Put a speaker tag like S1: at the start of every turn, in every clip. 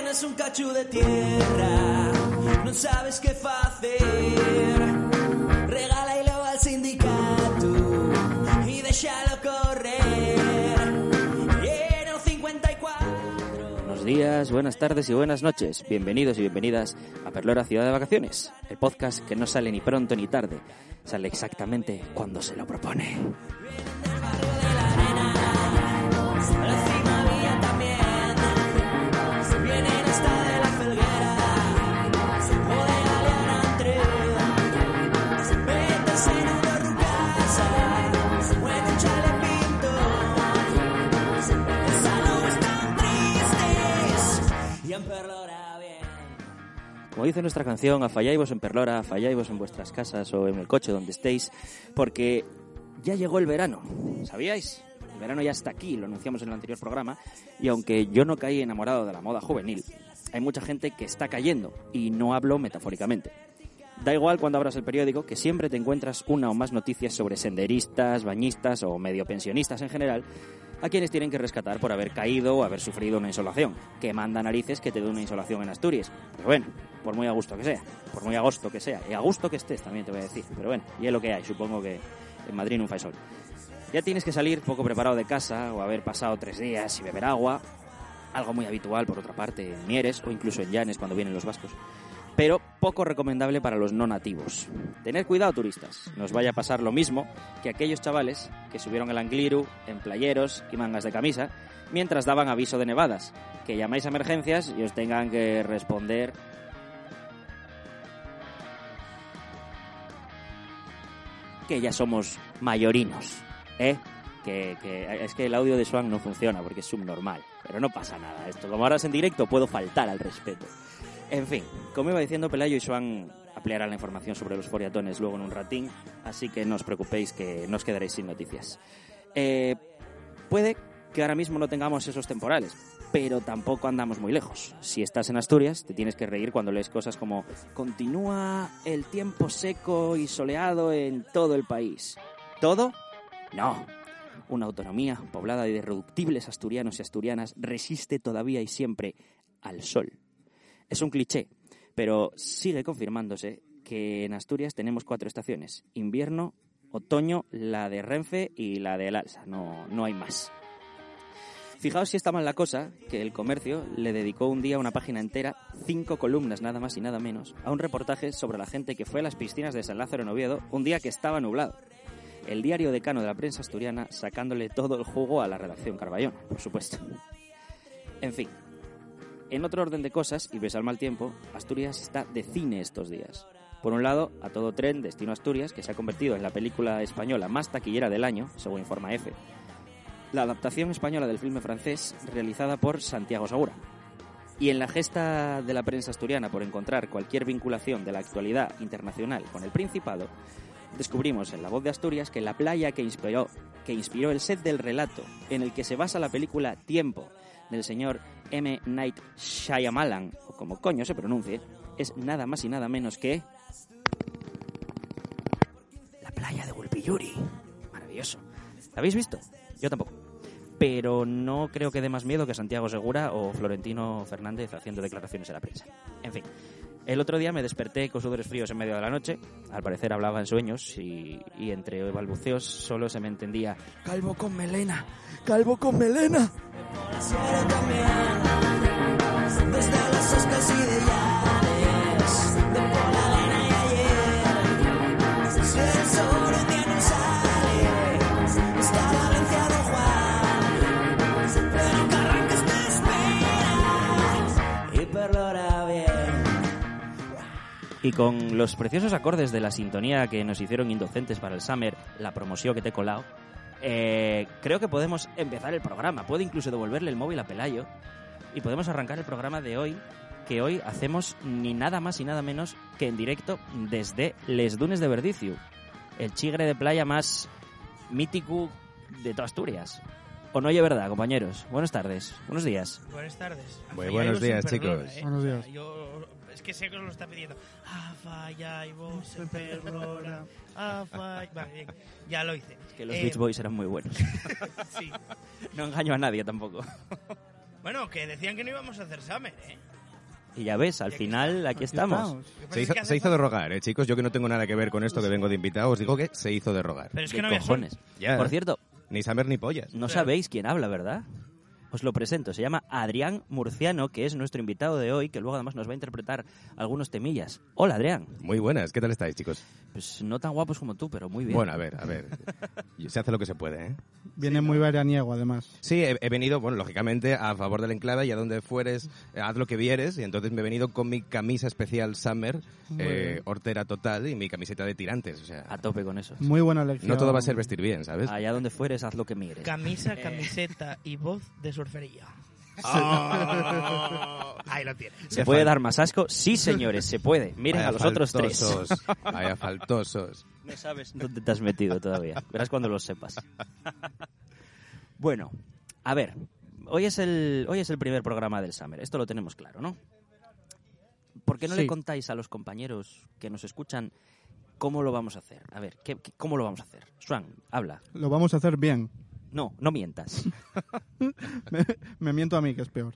S1: eres un cacho de tierra, no sabes qué hacer. Regala y al sindicato y déjalo correr. Lleno 54.
S2: Buenos días, buenas tardes y buenas noches. Bienvenidos y bienvenidas a Perlora Ciudad de Vacaciones, el podcast que no sale ni pronto ni tarde, sale exactamente cuando se lo propone.
S1: La cima mía también. Vienen hasta de la felguera. O de Galeana Andrea. Se metes en una rucasa. Se mueve un chalepito. Saludos tan tristes. Y en Perlora bien.
S2: Como dice nuestra canción, afallaivos en Perlora, afallaivos en vuestras casas o en el coche donde estéis, porque ya llegó el verano, ¿sabíais? El verano ya está aquí, lo anunciamos en el anterior programa, y aunque yo no caí enamorado de la moda juvenil, hay mucha gente que está cayendo, y no hablo metafóricamente. Da igual cuando abras el periódico, que siempre te encuentras una o más noticias sobre senderistas, bañistas o medio pensionistas en general, a quienes tienen que rescatar por haber caído o haber sufrido una insolación. Que manda narices que te dé una insolación en Asturias. Pero bueno, por muy a gusto que sea, por muy a gusto que sea, y a gusto que estés también te voy a decir. Pero bueno, y es lo que hay, supongo que en Madrid nunca hay sol. Ya tienes que salir poco preparado de casa o haber pasado tres días y beber agua, algo muy habitual por otra parte en Mieres o incluso en Llanes cuando vienen los vascos, pero poco recomendable para los no nativos. Tener cuidado turistas, nos vaya a pasar lo mismo que aquellos chavales que subieron el Angliru en playeros y mangas de camisa mientras daban aviso de nevadas, que llamáis a emergencias y os tengan que responder que ya somos mayorinos, ¿eh? Que, que- es que el audio de Swan no funciona porque es subnormal, pero no pasa nada. Esto, como ahora es en directo, puedo faltar al respeto. En fin, como iba diciendo, Pelayo y Swan ampliarán la información sobre los foriatones luego en un ratín, así que no os preocupéis que no os quedaréis sin noticias. Eh, puede que ahora mismo no tengamos esos temporales, pero tampoco andamos muy lejos. Si estás en Asturias, te tienes que reír cuando lees cosas como continúa el tiempo seco y soleado en todo el país. ¿Todo? No. Una autonomía poblada de irreductibles asturianos y asturianas resiste todavía y siempre al sol. Es un cliché, pero sigue confirmándose que en Asturias tenemos cuatro estaciones. Invierno, otoño, la de Renfe y la del Alsa. No, no hay más. Fijaos si está mal la cosa, que el comercio le dedicó un día una página entera, cinco columnas nada más y nada menos, a un reportaje sobre la gente que fue a las piscinas de San Lázaro en Oviedo un día que estaba nublado. El diario decano de la prensa asturiana sacándole todo el jugo a la redacción Carballón, por supuesto. En fin, en otro orden de cosas, y pese al mal tiempo, Asturias está de cine estos días. Por un lado, a todo tren, Destino Asturias, que se ha convertido en la película española más taquillera del año, según informa EFE. La adaptación española del filme francés realizada por Santiago Segura. Y en la gesta de la prensa asturiana por encontrar cualquier vinculación de la actualidad internacional con el Principado, descubrimos en La Voz de Asturias que la playa que inspiró, que inspiró el set del relato en el que se basa la película Tiempo del señor M. Night Shyamalan, o como coño se pronuncie, es nada más y nada menos que la playa de Gulpiyuri. Maravilloso. ¿La habéis visto? Yo tampoco. Pero no creo que dé más miedo que Santiago Segura o Florentino Fernández haciendo declaraciones a la prensa. En fin. El otro día me desperté con sudores fríos en medio de la noche. Al parecer hablaba en sueños y, y entre balbuceos solo se me entendía Calvo con melena, calvo con melena.
S1: Cielo también. Desde las oscas y de llaves, de por arena y ayer. Si el sol un día no sale, está valenciano Juan. Pero que arranques te espera y perlora bien.
S2: Y con los preciosos acordes de la sintonía que nos hicieron indocentes para el Summer, la promoción que te he colado, eh, creo que podemos empezar el programa. Puedo incluso devolverle el móvil a Pelayo y podemos arrancar el programa de hoy, que hoy hacemos ni nada más y nada menos que en directo desde Les Dunes de Verdiciu, el chigre de playa más mítico de toda Asturias. ¿O no oye verdad, compañeros? Buenas tardes, buenos días.
S3: Buenas tardes.
S4: Muy
S3: Afallaivos
S4: buenos
S3: sin
S4: días,
S3: perdón,
S4: chicos.
S3: ¿eh?
S5: Buenos
S3: O sea,
S5: días.
S3: yo- es que sé que os lo está pidiendo. Afallaivos sin perdón, afall- Vale, bien. Ya lo hice.
S2: Que los
S3: Eh,
S2: Beach Boys eran muy buenos.
S3: sí.
S2: No engaño a nadie tampoco.
S3: Bueno, que decían que no íbamos a hacer Summer, ¿eh?
S2: Y ya ves, al
S3: aquí
S2: final aquí estamos.
S3: Lo que pasa
S4: Se
S3: es
S4: hizo,
S3: que hace
S4: se hizo de
S3: falta-
S4: rogar, ¿eh, chicos? Yo que no tengo nada que ver con esto que vengo de invitado, os digo que se hizo de rogar.
S3: Pero es que
S2: De
S3: no había sol.
S2: cojones.
S4: Ya.
S2: Por cierto,
S4: Ni Samer ni pollas.
S2: no
S3: Claro.
S2: sabéis quién habla, ¿verdad? Os lo presento. Se llama Adrián Murciano, que es nuestro invitado de hoy, que luego además nos va a interpretar algunos temillas. Hola, Adrián.
S4: Muy buenas, ¿qué tal estáis, chicos?
S2: Pues no tan guapos como tú, pero muy bien.
S4: Bueno, a ver, a ver. Se hace lo que se puede, ¿eh?
S5: Viene muy veraniego, además.
S4: Sí, he, he venido, bueno, lógicamente, a favor del enclave y a donde fueres, eh, haz lo que vieres. Y entonces me he venido con mi camisa especial Summer, eh, hortera total y mi camiseta de tirantes. O sea,
S2: A tope con eso.
S5: Muy buena elección.
S4: no todo va a ser vestir bien, ¿sabes?
S2: Allá donde fueres, haz lo que mires.
S4: Eh.
S3: Camisa, camiseta y voz de surfería. Ahí lo tienes.
S2: ¿Se puede dar más asco? Sí, señores, se puede. Miren
S4: Vaya
S2: a los otros tres.
S4: faltosos, Vaya faltosos.
S2: No sabes dónde te has metido todavía. Verás cuando lo sepas. Bueno, a ver. Hoy es el, hoy es el primer programa del Summer. Esto lo tenemos claro, ¿no? ¿Por qué no le
S5: Sí.
S2: contáis a los compañeros que nos escuchan cómo lo vamos a hacer? A ver, ¿qué, qué- cómo lo vamos a hacer? Swan, habla.
S5: Lo vamos a hacer bien.
S2: No, no mientas.
S5: me, me miento a mí, que es peor.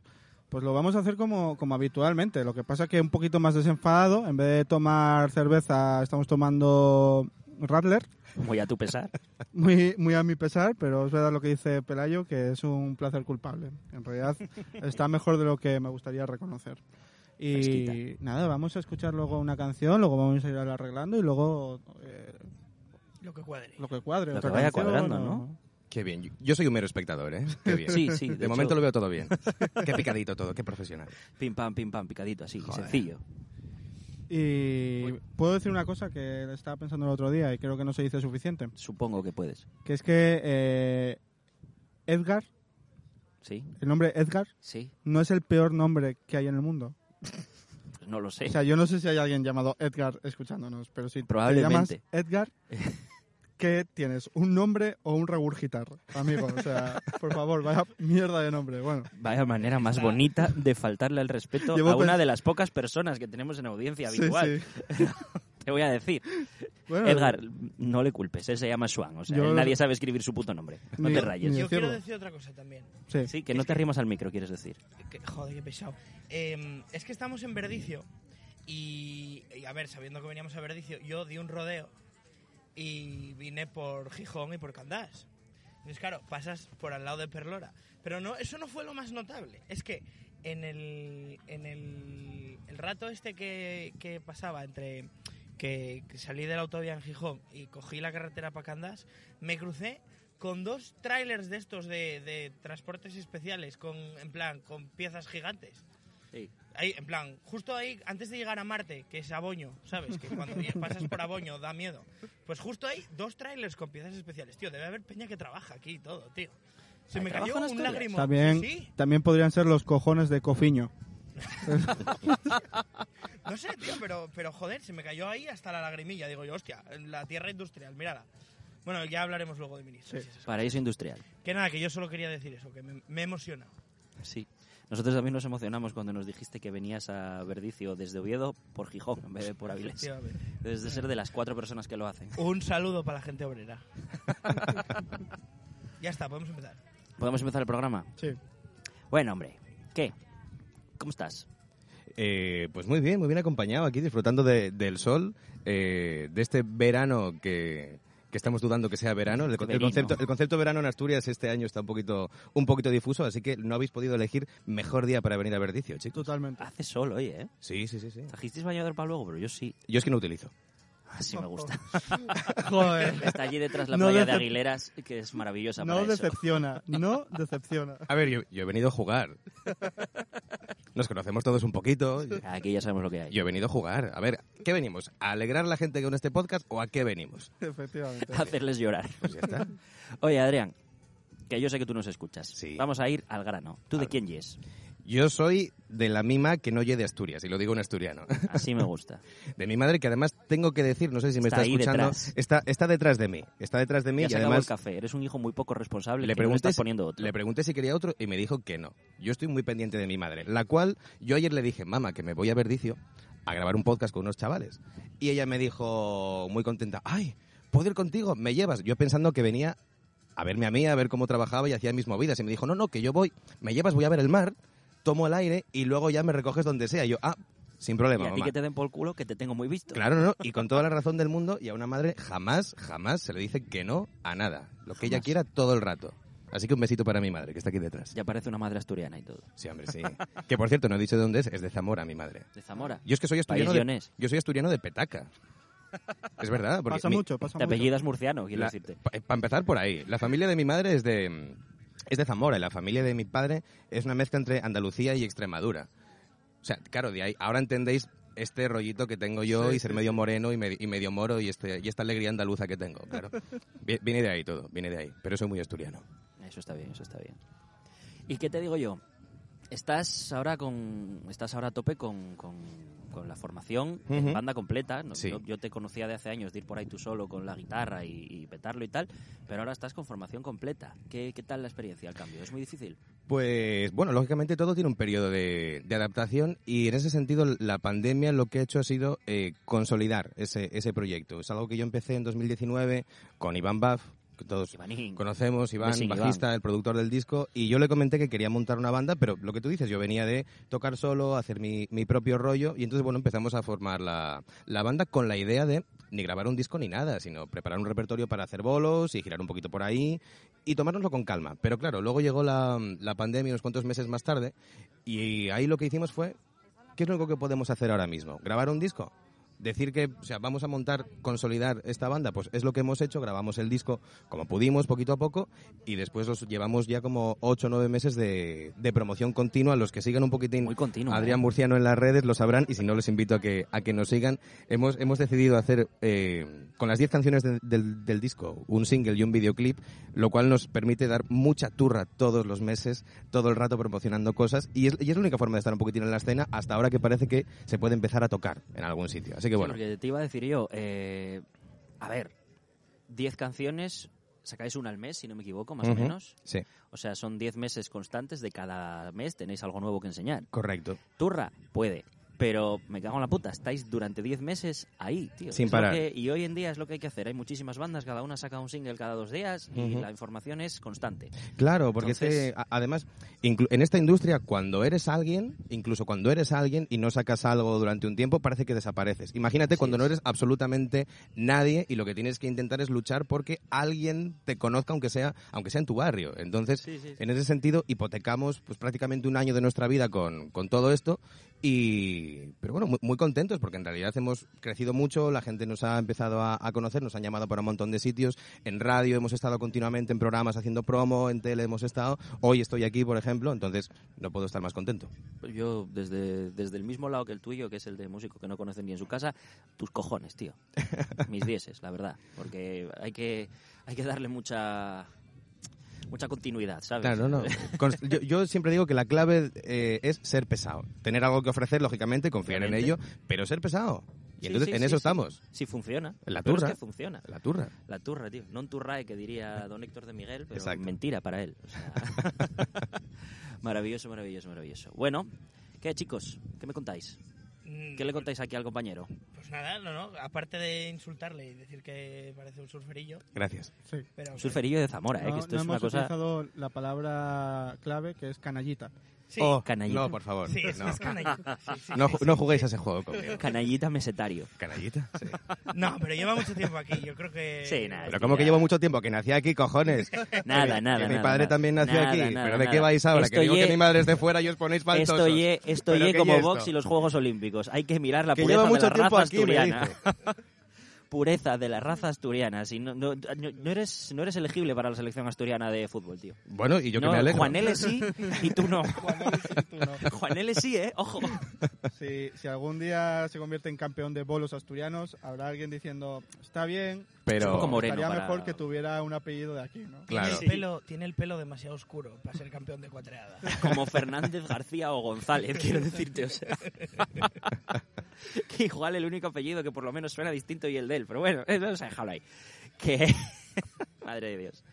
S5: Pues lo vamos a hacer como, como habitualmente. Lo que pasa que un poquito más desenfadado. En vez de tomar cerveza, estamos tomando Radler.
S2: Voy a tu pesar.
S5: Muy, muy a mi pesar, pero es verdad lo que dice Pelayo, que es un placer culpable. En realidad está mejor de lo que me gustaría reconocer. Y
S2: Fresquita.
S5: nada, vamos a escuchar luego una canción, luego vamos a ir arreglando y luego eh,
S3: Lo que cuadre.
S5: lo que cuadre.
S2: Lo
S5: otra
S2: que vaya
S5: canción,
S2: cuadrando,
S5: o-
S2: ¿no?
S4: Qué bien. Yo- Yo soy un mero espectador, ¿eh? Qué bien.
S2: Sí, sí.
S4: De,
S2: De, hecho,
S4: momento lo veo todo bien. Qué picadito todo, qué profesional.
S2: Pim, pam, pim, pam, picadito, así,
S4: Joder.
S2: sencillo.
S5: Y puedo decir una cosa que estaba pensando el otro día y creo que no se dice suficiente,
S2: Supongo que puedes.
S5: que es que eh, Edgar,
S2: ¿Sí?
S5: el nombre Edgar,
S2: ¿Sí?
S5: no es el peor nombre que hay en el mundo.
S2: Pues no lo sé.
S5: O sea, yo no sé si hay alguien llamado Edgar escuchándonos, pero si
S2: Probablemente.
S5: te llamas Edgar, que tienes un nombre o un regurgitar, amigo. O sea, por favor, vaya mierda de nombre. Bueno,
S2: Vaya manera más bonita de faltarle al respeto
S5: Llevo
S2: a una
S5: pens-
S2: de las pocas personas que tenemos en audiencia
S5: sí,
S2: habitual.
S5: sí.
S2: Te voy a decir.
S5: Bueno,
S2: Edgar, no le culpes, él se llama Swan. O sea,
S5: Yo-
S2: él nadie sabe escribir su puto nombre. No
S5: Ni-
S2: te
S5: ni-
S2: rayes.
S3: Yo quiero
S5: decirlo.
S3: decir otra cosa también.
S5: sí.
S2: Sí, que no te rimas al micro, quieres decir.
S3: Que- joder, qué pesado. Eh, es que estamos en Verdicio y, y, a ver, sabiendo que veníamos a Verdicio, yo di un rodeo y vine por Gijón y por Candás. Entonces, claro, pasas por al lado de Perlora. Pero no, eso no fue lo más notable. Es que en el, en el, el rato este que, que pasaba entre que, que salí de la autovía en Gijón y cogí la carretera para Candás, me crucé con dos trailers de estos de, de transportes especiales, con, en plan, con piezas gigantes. Ahí, en plan, justo ahí, antes de llegar a Marte, que es Aboño, ¿sabes? Que cuando pasas por Aboño da miedo. Pues justo ahí, dos trailers con piezas especiales. Tío, debe haber peña que trabaja aquí y todo, tío. Se
S2: ¿Hay
S3: me
S2: trabajo
S3: cayó
S2: en
S3: un
S2: Asturias?
S3: lágrimo.
S5: También,
S3: Sí,
S5: también podrían ser los cojones de Cofiño.
S3: no sé, tío, pero, pero joder, se me cayó ahí hasta la lagrimilla. Digo yo, hostia, la tierra industrial, mírala. Bueno, ya hablaremos luego de ministros. y esas cosas.
S2: Paraíso industrial.
S3: Que nada, que yo solo quería decir eso, que me, me emociona.
S2: Sí. Nosotros también nos emocionamos cuando nos dijiste que venías a Verdicio desde Oviedo por Gijón en vez de por Avilés.
S3: Efectivamente.
S2: Debes de ser de las cuatro personas que lo hacen.
S3: Un saludo para la gente obrera. ya está, podemos empezar.
S2: ¿Podemos empezar el programa?
S5: Sí.
S2: Bueno, hombre. ¿Qué? ¿Cómo estás?
S4: Eh, pues muy bien, muy bien acompañado aquí, disfrutando de- del sol, eh, de este verano que, que estamos dudando que sea verano. El, el
S2: Verino.
S4: concepto, el concepto verano en Asturias este año está un poquito, un poquito difuso, así que no habéis podido elegir mejor día para venir a Verdicio, chicos.
S5: Totalmente.
S2: Hace sol hoy, ¿eh?
S4: Sí, sí, sí, sí.
S2: ¿Trajisteis bañador para luego? Pero yo sí.
S4: Yo es que no utilizo.
S2: Así me gusta.
S5: Joder.
S2: Está allí detrás la
S5: No
S2: playa de
S5: decep-
S2: Aguileras, que es maravillosa
S5: No
S2: Ah, para eso.
S5: decepciona, no decepciona.
S4: A ver, yo, yo he venido a jugar. Nos conocemos todos un poquito.
S2: Aquí ya sabemos lo que hay.
S4: Yo he venido a jugar. A ver, ¿qué venimos? ¿A alegrar a la gente con este podcast o a qué venimos?
S5: Efectivamente.
S2: Hacerles llorar.
S4: Pues ya está.
S2: Oye, Adrián, que yo sé que tú nos escuchas.
S4: Sí.
S2: Vamos a ir al grano. ¿Tú
S4: A
S2: de
S4: ver.
S2: quién yes?
S4: Yo soy de la mima que no oye de Asturias, y lo digo en asturiano.
S2: Así me gusta.
S4: De mi madre, que además tengo que decir, no sé si me
S2: Está
S4: está,
S2: ahí
S4: escuchando,
S2: detrás.
S4: Está, está detrás de mí. Está detrás de mí
S2: ya
S4: y
S2: se acabó el
S4: además
S2: café. Eres un hijo muy poco responsable. que
S4: le
S2: no
S4: pregunté,
S2: estás
S4: si-
S2: poniendo otro.
S4: le pregunté si quería otro y me dijo que no. Yo estoy muy pendiente de mi madre, la cual yo ayer le dije, mamá, que me voy a Verdicio a grabar un podcast con unos chavales. Y ella me dijo, muy contenta, ay, ¿puedo ir contigo? ¿Me llevas? Yo pensando que venía a verme a mí, a ver cómo trabajaba y hacía mis movidas. Y me dijo, no, no, que yo voy, me llevas, voy a ver el mar. tomo el aire y luego ya me recoges donde sea. Y yo, ah, sin problema,
S2: y a ti
S4: mamá.
S2: que te den por el culo, que te tengo muy visto.
S4: Claro, no, no, y con toda la razón del mundo, y a una madre jamás, jamás se le dice que no a nada. Lo que ella
S2: Jamás.
S4: quiera todo el rato. Así que un besito para mi madre, que está aquí detrás.
S2: Ya parece una madre asturiana y todo.
S4: Sí, hombre, sí. Que por cierto, no he dicho de dónde es, es de Zamora, mi madre.
S2: De Zamora.
S4: Yo es que soy
S2: País
S4: asturiano. De,
S2: leonés.
S4: yo soy asturiano de petaca. Es verdad, porque.
S5: Pasa
S4: mi-
S5: mucho, pasa
S2: Te
S5: mucho.
S2: apellidas murciano, quiero
S4: la-
S2: decirte.
S4: pa- Para empezar por ahí, la familia de mi madre es de, mm, es de Zamora y la familia de mi padre es una mezcla entre Andalucía y Extremadura. O sea, claro, de ahí ahora entendéis este rollito que tengo yo
S5: Sí,
S4: y ser
S5: sí,
S4: medio
S5: sí.
S4: moreno y, me- y medio moro y, este, y esta alegría andaluza que tengo, claro. Vi- Viene de ahí todo, viene de ahí, pero soy muy asturiano.
S2: Eso está bien, eso está bien. ¿Y qué te digo yo? Estás ahora con estás ahora a tope con, con- con la formación en
S4: Ujú.
S2: banda completa. ¿no?
S4: Sí.
S2: Yo, yo te conocía de hace años de ir por ahí tú solo con la guitarra y, y petarlo y tal, pero ahora estás con formación completa. ¿Qué, qué tal la experiencia al cambio? ¿Es muy difícil?
S4: Pues bueno, lógicamente todo tiene un periodo de, de adaptación y en ese sentido la pandemia lo que ha hecho ha sido eh, consolidar ese, ese proyecto. Es algo que yo empecé en 2019 con Iván Baff, que todos
S2: Ivanín.
S4: conocemos, Iván,
S2: Besín,
S4: bajista, el productor del disco, y yo le comenté que quería montar una banda, pero lo que tú dices, yo venía de tocar solo, hacer mi, mi propio rollo, y entonces bueno, empezamos a formar la, la banda con la idea de ni grabar un disco ni nada, sino preparar un repertorio para hacer bolos y girar un poquito por ahí y tomárnoslo con calma. Pero claro, luego llegó la, la pandemia unos cuantos meses más tarde y ahí lo que hicimos fue, ¿qué es lo único que podemos hacer ahora mismo? ¿Grabar un disco? Decir que, o sea, vamos a montar, consolidar esta banda, pues es lo que hemos hecho, grabamos el disco como pudimos, poquito a poco, y después los llevamos ya como 8 o 9 meses de, de promoción continua, los que sigan un poquitín
S2: Muy continuo.
S4: Adrián
S2: ¿eh?
S4: Murciano en las redes lo sabrán y si no les invito a que, a que nos sigan. Hemos, hemos decidido hacer eh, con las 10 canciones de- del, del disco un single y un videoclip, lo cual nos permite dar mucha turra todos los meses, todo el rato promocionando cosas y es, y es la única forma de estar un poquitín en la escena hasta ahora que parece que se puede empezar a tocar en algún sitio. Así que
S2: Sí,
S4: bueno,
S2: porque te iba a decir yo, eh, a ver, 10 canciones, sacáis una al mes, si no me equivoco, más
S4: Ujú.
S2: o menos.
S4: sí,
S2: O sea, son 10 meses constantes de cada mes, tenéis algo nuevo que enseñar.
S4: correcto.
S2: Turra, puede. Pero me cago en la puta, estáis durante 10 meses ahí, tío.
S4: Sin
S2: Es lo
S4: parar.
S2: que- y hoy en día es lo que hay que hacer. Hay muchísimas bandas, cada una saca un single cada dos días y
S4: Ujú.
S2: la información es constante.
S4: Claro, porque es que,
S2: Entonces-
S4: a- además, inclu- en esta industria, cuando eres alguien, incluso cuando eres alguien y no sacas algo durante un tiempo, parece que desapareces. Imagínate
S2: Así
S4: cuando no
S2: es.
S4: eres absolutamente nadie y lo que tienes que intentar es luchar porque alguien te conozca, aunque sea, aunque sea en tu barrio. Entonces, en ese sentido, hipotecamos pues, prácticamente un año de nuestra vida con, con todo esto. Y, pero bueno, muy, muy contentos porque en realidad hemos crecido mucho, la gente nos ha empezado a, a conocer, nos han llamado para un montón de sitios, en radio hemos estado continuamente en programas haciendo promo, en tele hemos estado, hoy estoy aquí, por ejemplo, entonces no puedo estar más contento.
S2: Yo, desde, desde el mismo lado que el tuyo, que es el de músico que no conocen ni en su casa, tus cojones, tío. Mis dieces, la verdad. Porque hay que, hay que darle mucha, mucha continuidad, ¿sabes?
S4: Claro, no, no. Con- Yo, yo siempre digo que la clave eh, es ser pesado, tener algo que ofrecer, lógicamente, confiar en ello,
S2: Obviamente.
S4: pero ser pesado.
S2: Sí,
S4: Y entonces
S2: sí,
S4: en
S2: sí,
S4: eso
S2: sí.
S4: estamos,
S2: Sí, funciona.
S4: La
S2: Pero
S4: turra.
S2: es que funciona.
S4: la turra.
S2: La turra, tío. Non turrae, que diría don Héctor de Miguel, pero
S4: Exacto.
S2: mentira para él. O sea, maravilloso, maravilloso, maravilloso. Bueno, ¿qué chicos? ¿Qué me contáis?
S3: Mm,
S2: ¿Qué le contáis aquí al compañero?
S3: Pues nada, no, no. Aparte de insultarle y decir que parece un surferillo,
S4: Gracias.
S5: Sí.
S3: pero...
S2: Un surferillo de Zamora, ¿eh?
S5: Pues, No,
S2: que esto
S5: no
S2: es una
S5: hemos
S2: cosa...
S5: utilizado la palabra clave que es canallita.
S3: Sí,
S4: Oh,
S2: Canallita.
S4: No, por favor.
S3: sí, es,
S4: no.
S3: es canallita. Sí, sí,
S4: No,
S3: sí,
S4: ju-
S3: sí.
S4: no juguéis a ese juego conmigo.
S2: Canallita mesetario.
S4: Canallita. Sí.
S3: No, pero lleva mucho tiempo aquí. Yo creo que...
S2: Sí, nada.
S4: Pero como que llevo mucho tiempo que nací aquí, cojones.
S2: Nada, nada,
S4: Que Mi
S2: nada,
S4: padre
S2: nada.
S4: también nació
S2: Nada,
S4: aquí.
S2: nada,
S4: Pero ¿de qué
S2: nada.
S4: vais ahora?
S2: Esto
S4: que digo
S2: ye-
S4: que mi madre es de fuera y os ponéis
S2: Esto
S4: faltosos.
S2: ye, esto
S4: Pero
S2: ye
S4: ¿qué
S2: e-, como
S4: esto?
S2: box y los Juegos Olímpicos. Hay que mirar la
S4: Que
S2: pureza
S4: lleva
S2: de
S4: mucho
S2: la raza
S4: tiempo aquí, me
S2: asturiana.
S4: dice.
S2: Pureza de la raza asturiana. Si no, no, no- no eres, no eres elegible para la selección asturiana de fútbol, tío.
S4: Bueno, y yo
S2: No,
S4: que me alegro.
S2: Juan L sí y tú no.
S5: Tú no.
S2: Juan L sí, ¿eh? Ojo.
S5: Si, si algún día se convierte en campeón de bolos asturianos, habrá alguien diciendo, está bien,
S2: Es un
S4: Pero.
S2: poco moreno
S5: estaría
S2: para-
S5: mejor que tuviera un apellido de aquí, ¿no?
S3: Tiene,
S4: Claro.
S3: el pelo, tiene el pelo demasiado oscuro para ser campeón de cuatreada.
S2: Como Fernández García o González, quiero decirte, o sea. que igual el único apellido que por lo menos suena distinto y el de él, pero bueno, eso vamos a dejarlo ahí. Que. Madre de Dios.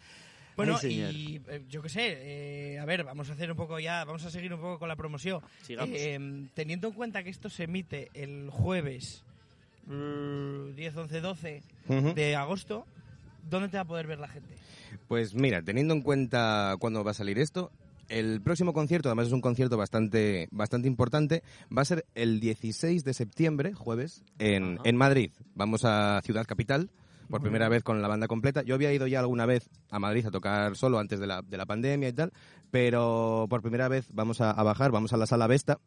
S3: Bueno,
S2: Ay, señor.
S3: y eh, yo qué sé, eh, a ver, vamos a hacer un poco ya, vamos a seguir un poco con la promoción.
S2: Sigamos.
S3: Eh, teniendo en cuenta que esto se emite el jueves mm, 10, 11, 12
S4: Ujú.
S3: de agosto, ¿dónde te va a poder ver la gente?
S4: Pues mira, teniendo en cuenta cuándo va a salir esto, El próximo concierto, además es un concierto bastante, bastante importante, va a ser el 16 de septiembre, jueves, en,
S2: Ajá.
S4: en Madrid. Vamos a Ciudad Capital por primera vez con la banda completa. Yo había ido ya alguna vez a Madrid a tocar solo antes de la, de la pandemia y tal, pero por primera vez vamos a, a bajar, vamos a la sala Vesta,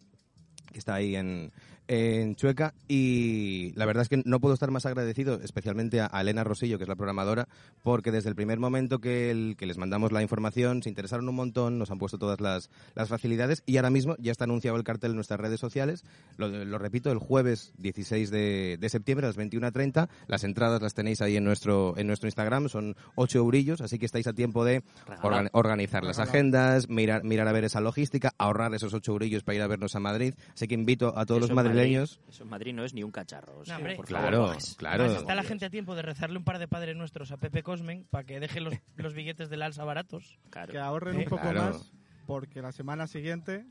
S4: que está ahí en, en Chueca, y la verdad es que no puedo estar más agradecido, especialmente a, a Elena Rosillo, que es la programadora, porque desde el primer momento que, el- que les mandamos la información se interesaron un montón, nos han puesto todas las, las facilidades y ahora mismo ya está anunciado el cartel en nuestras redes sociales. Lo, lo repito, el jueves 16 de, de septiembre a las 21.30. Las entradas las tenéis ahí en nuestro, en nuestro Instagram, son 8 eurillos, así que estáis a tiempo de
S2: Regalado.
S4: organ- organizar las agendas, mirar, mirar a ver esa logística, ahorrar esos 8 eurillos para ir a vernos a Madrid. Así que invito a todos
S2: Eso
S4: los
S2: en Madrid-
S4: madrileños.
S2: eso en Madrid no es ni un cacharro. o sea,
S3: hombre.
S2: por favor,
S4: Claro,
S2: bajes.
S4: claro.
S3: Además, Pues está la gente a tiempo de rezarle un par de padres nuestros a Pepe Cosmen para que deje los, los billetes del alza baratos.
S2: Claro.
S5: Que ahorren
S3: Sí.
S5: un poco
S4: Claro.
S5: más, porque la semana siguiente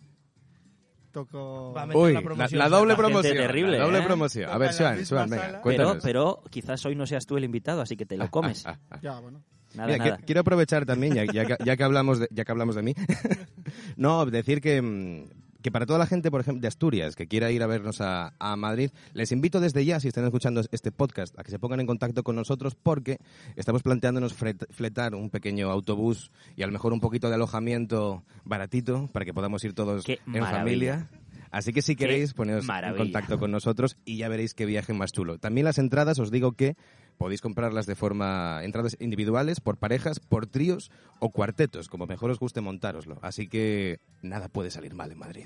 S5: tocó...
S3: Va a meter
S4: Uy,
S3: la
S4: la,
S3: promoción.
S4: la doble
S2: Bastante
S4: promoción.
S2: terrible,
S4: la doble
S2: ¿eh?
S4: promoción. A ver,
S5: Toca en la
S4: Joan,
S5: misma
S4: Joan, venga,
S5: sala.
S2: Pero,
S4: cuéntanos.
S2: pero quizás hoy no seas tú el invitado, así que te lo comes.
S4: Ah, ah.
S5: Ya, bueno.
S2: Nada,
S4: Mira, que-
S2: nada.
S4: quiero aprovechar también, ya, ya que, ya que hablamos, de, ya que hablamos de mí, no, decir que, mm, que para toda la gente, por ejemplo, de Asturias, que quiera ir a vernos a, a Madrid, les invito desde ya, si están escuchando este podcast, a que se pongan en contacto con nosotros porque estamos planteándonos fret- fletar un pequeño autobús y a lo mejor un poquito de alojamiento baratito para que podamos ir todos
S2: Qué
S4: en
S2: maravilla.
S4: familia. Así que si
S2: Qué
S4: queréis, poneos
S2: maravilla.
S4: en contacto con nosotros y ya veréis qué viaje más chulo. También las entradas, os digo que podéis comprarlas de forma, entradas individuales, por parejas, por tríos o cuartetos, como mejor os guste montároslo. Así que nada puede salir mal en Madrid.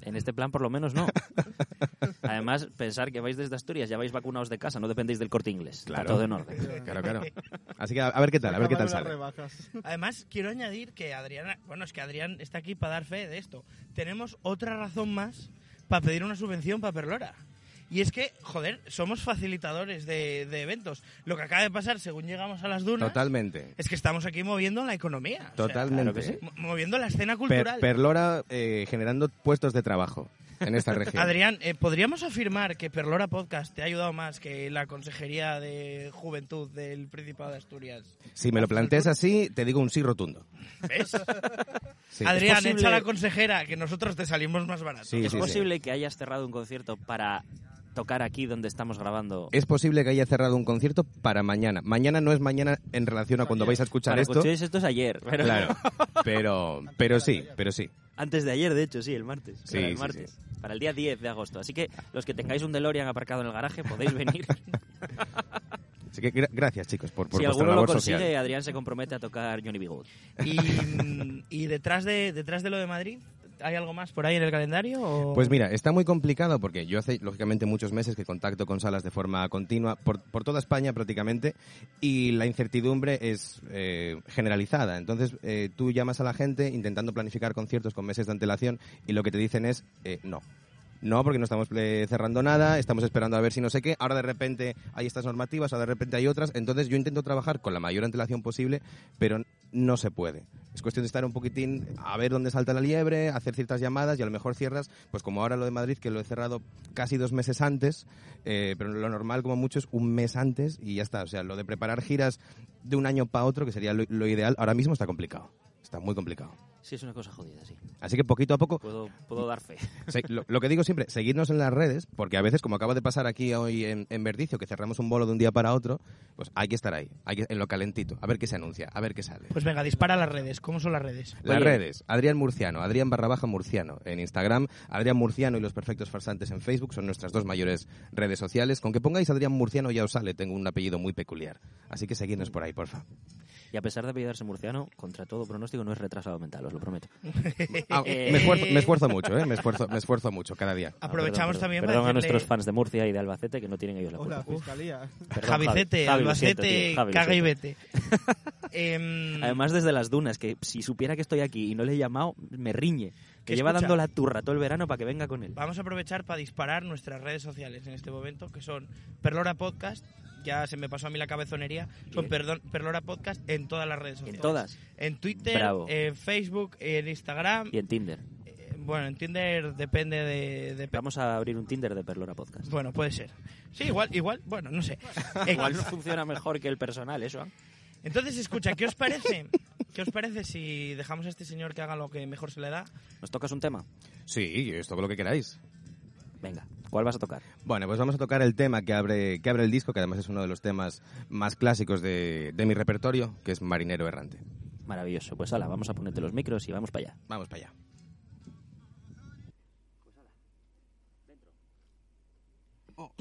S2: En este plan, por lo menos, no. Además, pensar que vais desde Asturias, ya vais vacunados de casa, no dependéis del corte inglés. Está
S4: Claro.
S2: todo en orden.
S4: Claro, claro. Así que a, a ver qué tal, a ver qué tal
S5: Acabaron
S4: sale.
S5: las rebajas.
S3: Además, quiero añadir que Adrián, bueno, es que Adrián está aquí para dar fe de esto. Tenemos otra razón más para pedir una subvención para Perlora. Y es que, joder, somos facilitadores de, de eventos. Lo que acaba de pasar según llegamos a las dunas
S4: Totalmente.
S3: es que estamos aquí moviendo la economía. o sea,
S4: Totalmente.
S3: mo- moviendo la escena
S4: Per-
S3: cultural.
S4: Perlora eh, generando puestos de trabajo en esta región.
S3: Adrián, eh, ¿podríamos afirmar que Perlora Podcast te ha ayudado más que la Consejería de Juventud del Principado de Asturias?
S4: Si me lo planteas así, te digo un sí rotundo.
S3: ¿Ves?
S4: Sí.
S3: Adrián,
S2: posible-
S3: echa a la consejera, que nosotros te salimos más barato.
S4: Sí,
S2: ¿Es posible que hayas cerrado un concierto para tocar aquí donde estamos grabando?
S4: Es posible que haya cerrado un concierto para mañana. Mañana no es mañana en relación a cuando vais a escuchar
S2: Para que
S4: esto.
S2: escuchéis esto es ayer. pero-
S4: Claro, pero, pero sí, pero sí.
S2: Antes de ayer, de hecho, sí, el martes.
S4: Sí,
S2: Para el
S4: sí,
S2: martes. Para el día 10 de agosto. Así que los que tengáis un DeLorean aparcado en el garaje podéis venir.
S4: Así que gra- gracias, chicos, por, por
S2: si
S4: vuestra
S2: alguno lo
S4: labor
S2: consigue,
S4: social.
S2: Adrián se compromete a tocar Johnny B. Good.
S3: Y, mm, y detrás, de, detrás de lo de Madrid, ¿hay algo más por ahí en el calendario? o-
S4: Pues mira, está muy complicado porque yo hace lógicamente muchos meses que contacto con salas de forma continua por, por toda España prácticamente y la incertidumbre es eh, generalizada. Entonces eh, tú llamas a la gente intentando planificar conciertos con meses de antelación y lo que te dicen es eh, no. No, porque no estamos eh, cerrando nada, estamos esperando a ver si no sé qué. Ahora de repente hay estas normativas, ahora de repente hay otras. Entonces yo intento trabajar con la mayor antelación posible, pero no se puede. Es cuestión de estar un poquitín a ver dónde salta la liebre, hacer ciertas llamadas y a lo mejor cierras, pues como ahora lo de Madrid, que lo he cerrado casi dos meses antes, eh, pero lo normal como mucho es un mes antes y ya está. O sea, lo de preparar giras de un año para otro, que sería lo- lo ideal, ahora mismo está complicado. Está muy complicado.
S2: Sí, es una cosa jodida, sí.
S4: Así que poquito a poco
S2: Puedo, puedo dar fe.
S4: Sí, lo, lo que digo siempre, seguidnos en las redes, porque a veces, como acaba de pasar aquí hoy en, en Verdicio, que cerramos un bolo de un día para otro, pues hay que estar ahí, hay que, en lo calentito, a ver qué se anuncia, a ver qué sale.
S3: Pues venga, dispara las redes. ¿Cómo son las redes?
S4: Las
S2: Oye.
S4: redes, Adrián Murciano, Adrián barra baja Murciano en Instagram, Adrián Murciano y los Perfectos Farsantes en Facebook, son nuestras dos mayores redes sociales. Con que pongáis Adrián Murciano ya os sale, tengo un apellido muy peculiar. Así que seguidnos por ahí, porfa.
S2: Y a pesar de apellidarse murciano, contra todo pronóstico no es retrasado mental, os lo prometo.
S4: Ah,
S2: Eh.
S4: me, esfuerzo, me esfuerzo mucho, ¿eh? me esfuerzo, me esfuerzo mucho cada día.
S2: Ah, perdón,
S3: Aprovechamos
S2: perdón.
S3: también
S2: Perdón
S3: para
S2: a
S3: decirle-
S2: nuestros fans de Murcia y de Albacete que no tienen ellos la
S5: Hola,
S2: culpa.
S5: fiscalía.
S2: Perdón, Javi. Javi,
S3: Javicete,
S2: lo siento,
S3: Albacete,
S2: tío. Javi, lo
S3: caga y
S2: siento.
S3: vete. Em,
S2: Además, desde las dunas, que si supiera que estoy aquí y no le he llamado, me riñe. Que
S3: ¿Qué
S2: lleva
S3: escucha?
S2: dando la turra todo el verano para que venga con él.
S3: Vamos a aprovechar para disparar nuestras redes sociales en este momento, que son Perlora Podcast, ya se me pasó a mí la cabezonería, son
S2: Bien.
S3: perdón, Perlora Podcast en todas las redes sociales.
S2: En todas.
S3: En Twitter,
S2: Bravo.
S3: en Facebook, en Instagram,
S2: Y en Tinder.
S3: eh, bueno, en Tinder depende de... de pe-
S2: Vamos a abrir un Tinder de Perlora Podcast.
S3: bueno, puede ser. Sí, igual, igual, bueno, no sé. Eh,
S2: Igual no funciona mejor que el personal, eso. ¿eh?
S3: Entonces, escucha, ¿qué os parece? ¿Qué os parece si dejamos a este señor que haga lo que mejor se le da?
S2: ¿Nos tocas un tema?
S4: Sí, esto con lo que queráis.
S2: Venga, ¿cuál vas a tocar?
S4: Bueno, pues vamos a tocar el tema que abre, que abre el disco, que además es uno de los temas más clásicos de, de mi repertorio, que es Marinero Errante.
S2: Maravilloso. Pues hala, vamos a ponerte los micros y vamos para allá.
S4: Vamos para allá.
S6: Pues Oh,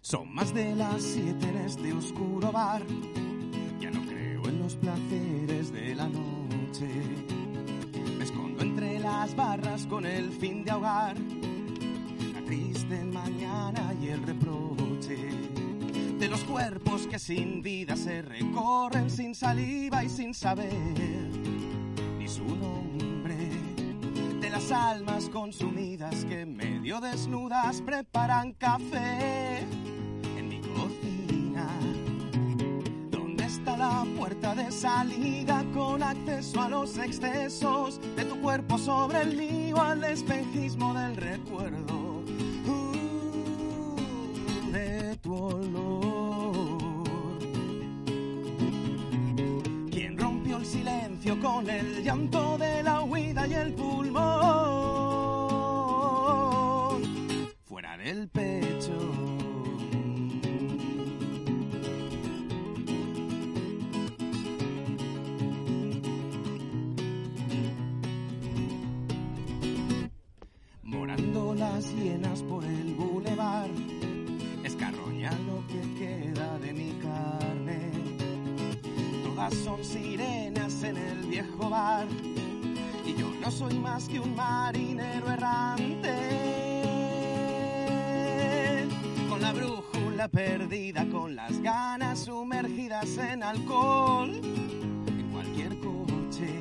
S6: Son más de las siete en este oscuro bar. Ya no creo en los placeres de la noche. Me escondo entre las barras con el fin de ahogar la triste mañana y el reproche de los cuerpos que sin vida se recorren sin saliva y sin saber ni su nombre de las almas consumidas que medio desnudas preparan café en mi cocina. ¿Dónde está la puerta de salida con acceso a los excesos de tu cuerpo sobre el mío al espejismo del recuerdo? uh, de tu olor. quien rompió el silencio con el llanto de la huida y el pulmón fuera del pecho. Morando las hienas por el bulevar, escarroña lo que queda de mi carne todas son sirenas en el viejo bar. Y yo no soy más que un marinero errante. Con la brújula perdida, con las ganas sumergidas en alcohol. En cualquier coche,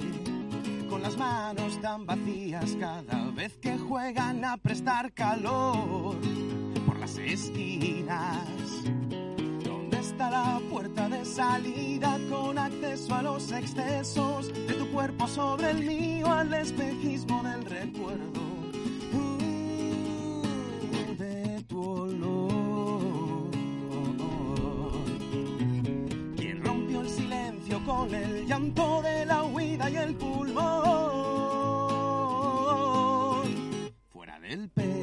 S6: con las manos tan vacías cada vez que juegan a prestar calor. Por las esquinas. ¿Dónde está la puerta de salida con acceso a los excesos de tu cuerpo sobre el mío al espejismo del recuerdo? uh, de tu olor. Quien rompió el silencio con el llanto de la huida y el pulmón fuera del pecho.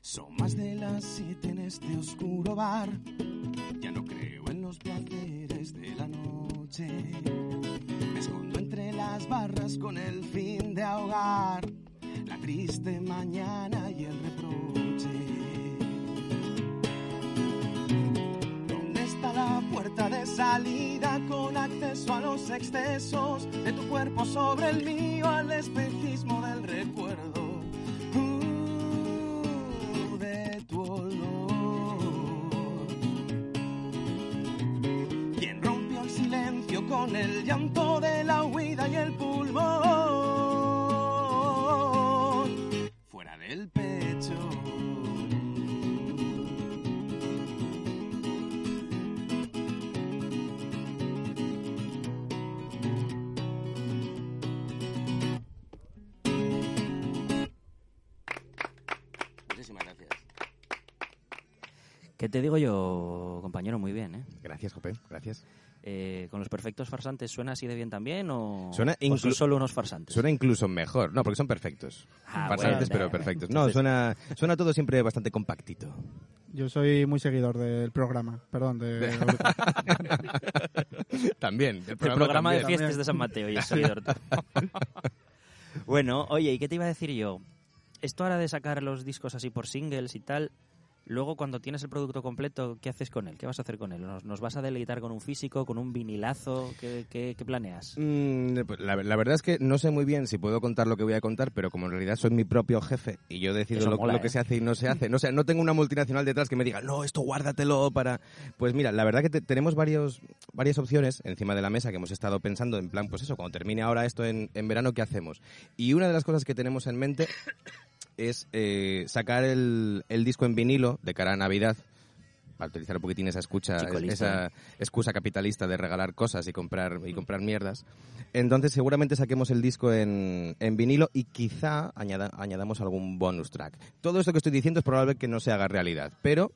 S6: Son más de las siete en este oscuro bar. Ya no creo en los placeres de la noche. Me escondo entre las barras con el fin de ahogar la triste mañana y el reproche. ¿Dónde está la puerta de salida con acceso a los excesos de tu cuerpo sobre el mío al espejismo del recuerdo? Uh, de tu olor. Quien rompió el silencio con el llanto de la huida y el pulmón fuera del pecho. Muchísimas gracias.
S2: ¿Qué te digo yo, compañero? Muy bien, ¿eh?
S4: Gracias, Jope, gracias.
S2: Eh, con los perfectos farsantes suena así de bien también o,
S4: Suena
S2: o son
S4: inclu-
S2: solo unos farsantes?
S4: Suena incluso mejor. No, porque son perfectos.
S2: Ah,
S4: Farsantes,
S2: bueno.
S4: pero perfectos. No, suena, suena todo siempre bastante compactito.
S5: Yo soy muy seguidor del programa, perdón, de...
S4: también. El
S2: el
S4: programa,
S2: programa de
S4: también.
S2: fiestas de San Mateo y el servidor. bueno, oye, ¿y qué te iba a decir yo? Esto ahora de sacar los discos así por singles y tal, luego cuando tienes el producto completo, ¿qué haces con él? ¿Qué vas a hacer con él? ¿Nos, nos vas a deleitar con un físico, con un vinilazo? ¿Qué, qué- qué planeas?
S4: Mm, pues la, la verdad es que no sé muy bien si puedo contar lo que voy a contar, pero como en realidad soy mi propio jefe y yo decido
S2: Eso
S4: lo,
S2: mola,
S4: lo que
S2: ¿eh?
S4: se hace y no se hace, no, o sea, no tengo una multinacional detrás que me diga, no, esto guárdatelo para... Pues mira, la verdad que te- tenemos varios, varias opciones encima de la mesa que hemos estado pensando en plan, pues eso, cuando termine ahora esto en, en verano, ¿qué hacemos? Y una de las cosas que tenemos en mente es eh, sacar el, el disco en vinilo de cara a Navidad, para utilizar un poquitín esa escucha,
S2: Chico listo,
S4: esa excusa capitalista de regalar cosas y comprar y comprar mierdas. Entonces seguramente saquemos el disco en, en vinilo y quizá añada- añadamos algún bonus track. Todo esto que estoy diciendo es probable que no se haga realidad, pero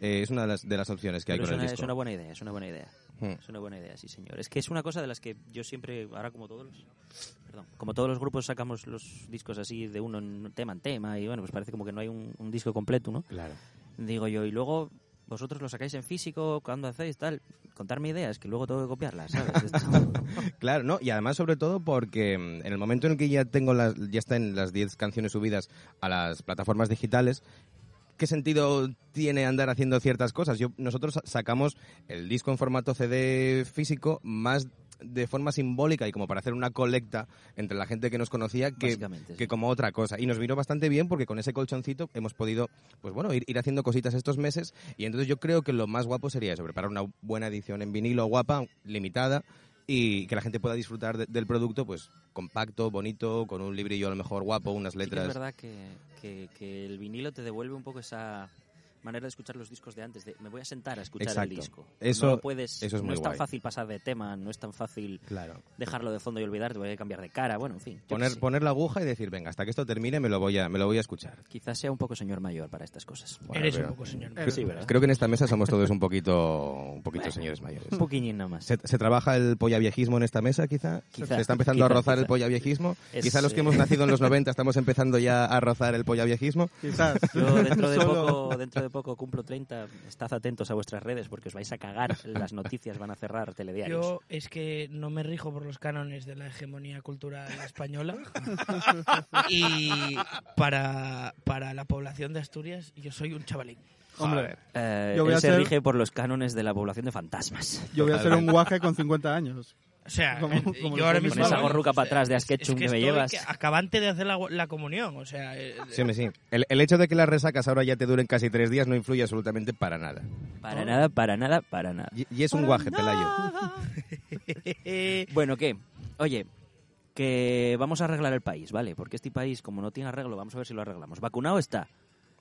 S4: eh, es una de las, de las opciones que hay
S2: Pero es,
S4: con el
S2: una,
S4: disco.
S2: es una buena idea, es una buena idea.
S4: Hmm.
S2: Es una buena idea, sí, señor. Es que es una cosa de las que yo siempre, ahora como todos los, perdón, como todos los grupos sacamos los discos así de uno en tema en tema y bueno, pues parece como que no hay un, un disco completo, ¿no?
S4: Claro.
S2: Digo yo, y luego vosotros lo sacáis en físico, cuando hacéis tal, contarme ideas que luego tengo que copiarlas, ¿sabes? Esto-
S4: Claro, no, y además sobre todo porque mm, en el momento en el que ya tengo las, ya están las 10 canciones subidas a las plataformas digitales, ¿qué sentido tiene andar haciendo ciertas cosas? Yo, nosotros sa- sacamos el disco en formato CD físico más de forma simbólica y como para hacer una colecta entre la gente que nos conocía que,
S2: Básicamente, sí.
S4: que como otra cosa. Y nos vino bastante bien porque con ese colchoncito hemos podido, pues bueno, ir, ir haciendo cositas estos meses y entonces yo creo que lo más guapo sería eso, preparar una buena edición en vinilo guapa, limitada, y que la gente pueda disfrutar de- del producto pues compacto, bonito, con un librillo a lo mejor guapo, unas
S2: Sí que es
S4: letras.
S2: verdad que, que- que el vinilo te devuelve un poco esa manera de escuchar los discos de antes, de me voy a sentar a escuchar el
S4: Exacto.
S2: disco.
S4: Eso-
S2: no lo puedes,
S4: eso es
S2: no
S4: muy
S2: es tan
S4: guay.
S2: fácil pasar de tema, no es tan fácil
S4: claro.
S2: dejarlo de fondo y olvidarte, voy a cambiar de cara, bueno, en fin. yo qué
S4: Poner,
S2: sé.
S4: poner la aguja y decir, venga, hasta que esto termine me lo voy a, me lo voy a escuchar.
S2: Quizás sea un poco señor mayor para estas cosas.
S4: Bueno,
S3: Eres
S4: pero-
S3: un poco señor.
S5: Eres-
S2: Pues Sí, ¿verdad?
S4: Creo que en esta mesa somos todos un poquito, un poquito señores mayores.
S2: Un poquillín nada más.
S4: ¿Se, se trabaja el pollaviejismo en esta mesa, quizá?
S2: Quizá.
S4: ¿Se está empezando a
S2: Quizá,
S4: rozar
S2: quizá.
S4: el pollaviejismo?
S2: Es,
S4: quizá los
S2: eh,
S4: que hemos nacido en los 90 estamos empezando ya a rozar el pollaviejismo.
S5: Quizás.
S2: Yo dentro de,
S5: Solo-
S2: poco, dentro de poco cumplo 30. Estad atentos a vuestras redes porque os vais a cagar. Las noticias van a cerrar telediarios.
S3: Yo es que no me rijo por los cánones de la hegemonía cultural española. y para, para la población de Asturias, yo soy un chavalín.
S5: Hombre,
S2: Eh,
S5: Yo voy
S2: él
S5: a
S2: se
S5: ser-
S2: rige por los cánones de la población de fantasmas.
S5: yo voy a hacer un guaje con 50 años.
S3: O sea,
S5: Como-
S3: eh,
S5: como
S3: yo
S5: los
S3: ahora
S5: zombies.
S3: mismo.
S2: Con esa
S5: vamos,
S2: gorruca para atrás de
S3: Es
S2: Asketchum
S3: que,
S2: que, me
S3: estoy
S2: llevas.
S3: que acabante de hacer la, la comunión, o sea, eh,
S4: Sí, hombre, sí. El, el hecho de que las resacas ahora ya te duren casi tres días no influye absolutamente para nada.
S5: Oh.
S2: Para nada, para nada, para nada.
S4: Y, y es un guaje, Pelayo.
S3: eh,
S2: Bueno, ¿qué? Oye, que vamos a arreglar el país, ¿vale? Porque este país, como no tiene arreglo, vamos a ver si lo arreglamos. Vacunado está,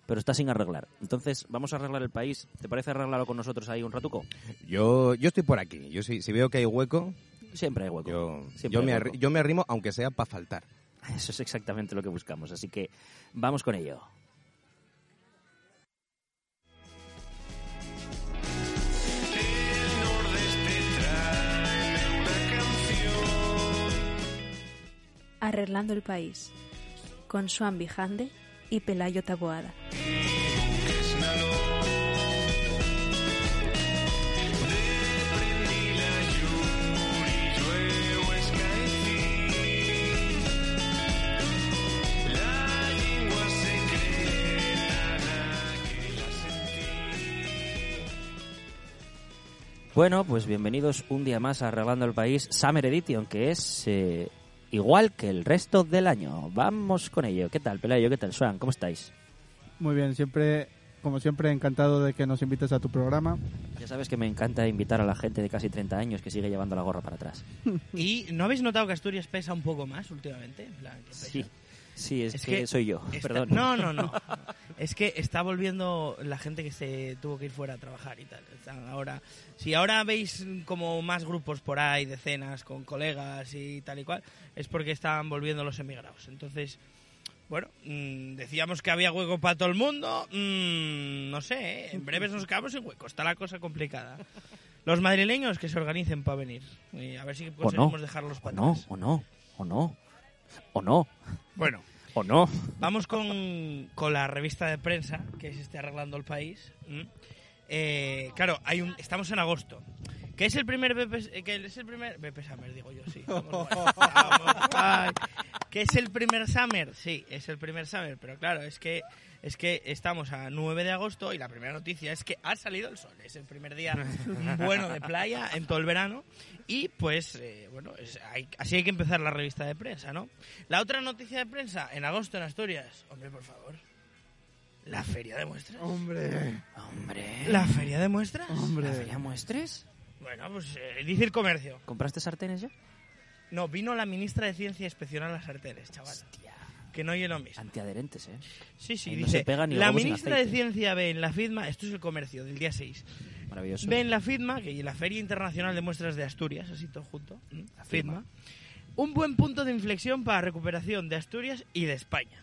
S2: pero está sin arreglar. Entonces, vamos a arreglar el país. ¿Te parece arreglarlo con nosotros ahí un ratuco?
S4: Yo, yo estoy por aquí. Yo si, si veo que hay hueco,
S2: Siempre hay hueco.
S4: yo,
S2: Siempre
S4: yo,
S2: hay
S4: me,
S2: hueco.
S4: arri- yo me arrimo, aunque sea para faltar.
S2: Eso es exactamente lo que buscamos, así que vamos con ello.
S7: Arreglando el País, con Swan Bijande y Pelayo Taboada.
S2: Bueno, pues bienvenidos un día más a Arreglando el País Summer Edition, que es eh, igual que el resto del año. Vamos con ello. ¿Qué tal, Pelayo? ¿Qué tal, Swan? ¿Cómo estáis?
S5: Muy bien, siempre, como siempre, encantado de que nos invites a tu programa.
S2: Ya sabes que me encanta invitar a la gente de casi 30 años que sigue llevando la gorra para atrás.
S3: ¿Y no habéis notado que Asturias pesa un poco más últimamente? En plan, que pesa.
S2: Sí, sí, es,
S3: Es
S2: que,
S3: que
S2: soy yo.
S3: Está-
S2: Perdón.
S3: No, no, no. Es que está volviendo la gente que se tuvo que ir fuera a trabajar y tal. Están ahora, si ahora veis como más grupos por ahí, decenas, con colegas y tal y cual, es porque están volviendo los emigrados. Entonces, bueno, mm, decíamos que había hueco para todo el mundo. Mm, no sé, ¿eh? en breves nos quedamos sin hueco. Está la cosa complicada. Los madrileños que se organicen para venir. Y a ver si
S2: O
S3: conseguimos
S2: no.
S3: dejarlos
S2: O
S3: para
S2: no, o no, o no, o no,
S3: Bueno,
S2: o no.
S3: Vamos con, con la revista de prensa que se está arreglando el país. ¿m? Eh, claro, hay un, estamos en agosto. Que es el primer BP, eh, que es el primer BP Summer, digo yo, sí. Vamos, guay, vamos, guay. Que es el primer Summer, sí, es el primer Summer, pero claro, es que es que estamos a 9 de agosto y la primera noticia es que ha salido el sol, es el primer día bueno de playa en todo el verano y pues eh, bueno, es- hay- así hay que empezar la revista de prensa, ¿no? La otra noticia de prensa en agosto en Asturias, hombre, por favor. La feria de muestras.
S5: Hombre,
S2: Hombre.
S3: La feria de muestras.
S2: ¿La
S5: hombre.
S2: feria muestres?
S3: Bueno, pues eh, dice el comercio.
S2: ¿Compraste sartenes ya?
S3: No, vino la ministra de Ciencia a inspeccionar las arterias, chaval. que no oye lo mismo.
S2: Antiadherentes, ¿eh?
S3: Sí, sí,
S2: Ahí no
S3: dice,
S2: se pega ni los
S3: la
S2: huevos sin
S3: ministra de
S2: aceite".
S3: Ciencia ve en la FIDMA, esto es el comercio del día 6,
S2: Maravilloso.
S3: ve en la FIDMA, que en la Feria Internacional de Muestras de Asturias, así todo junto, ¿m?
S2: La
S3: FIDMA, un buen punto de inflexión para la recuperación de Asturias y de España.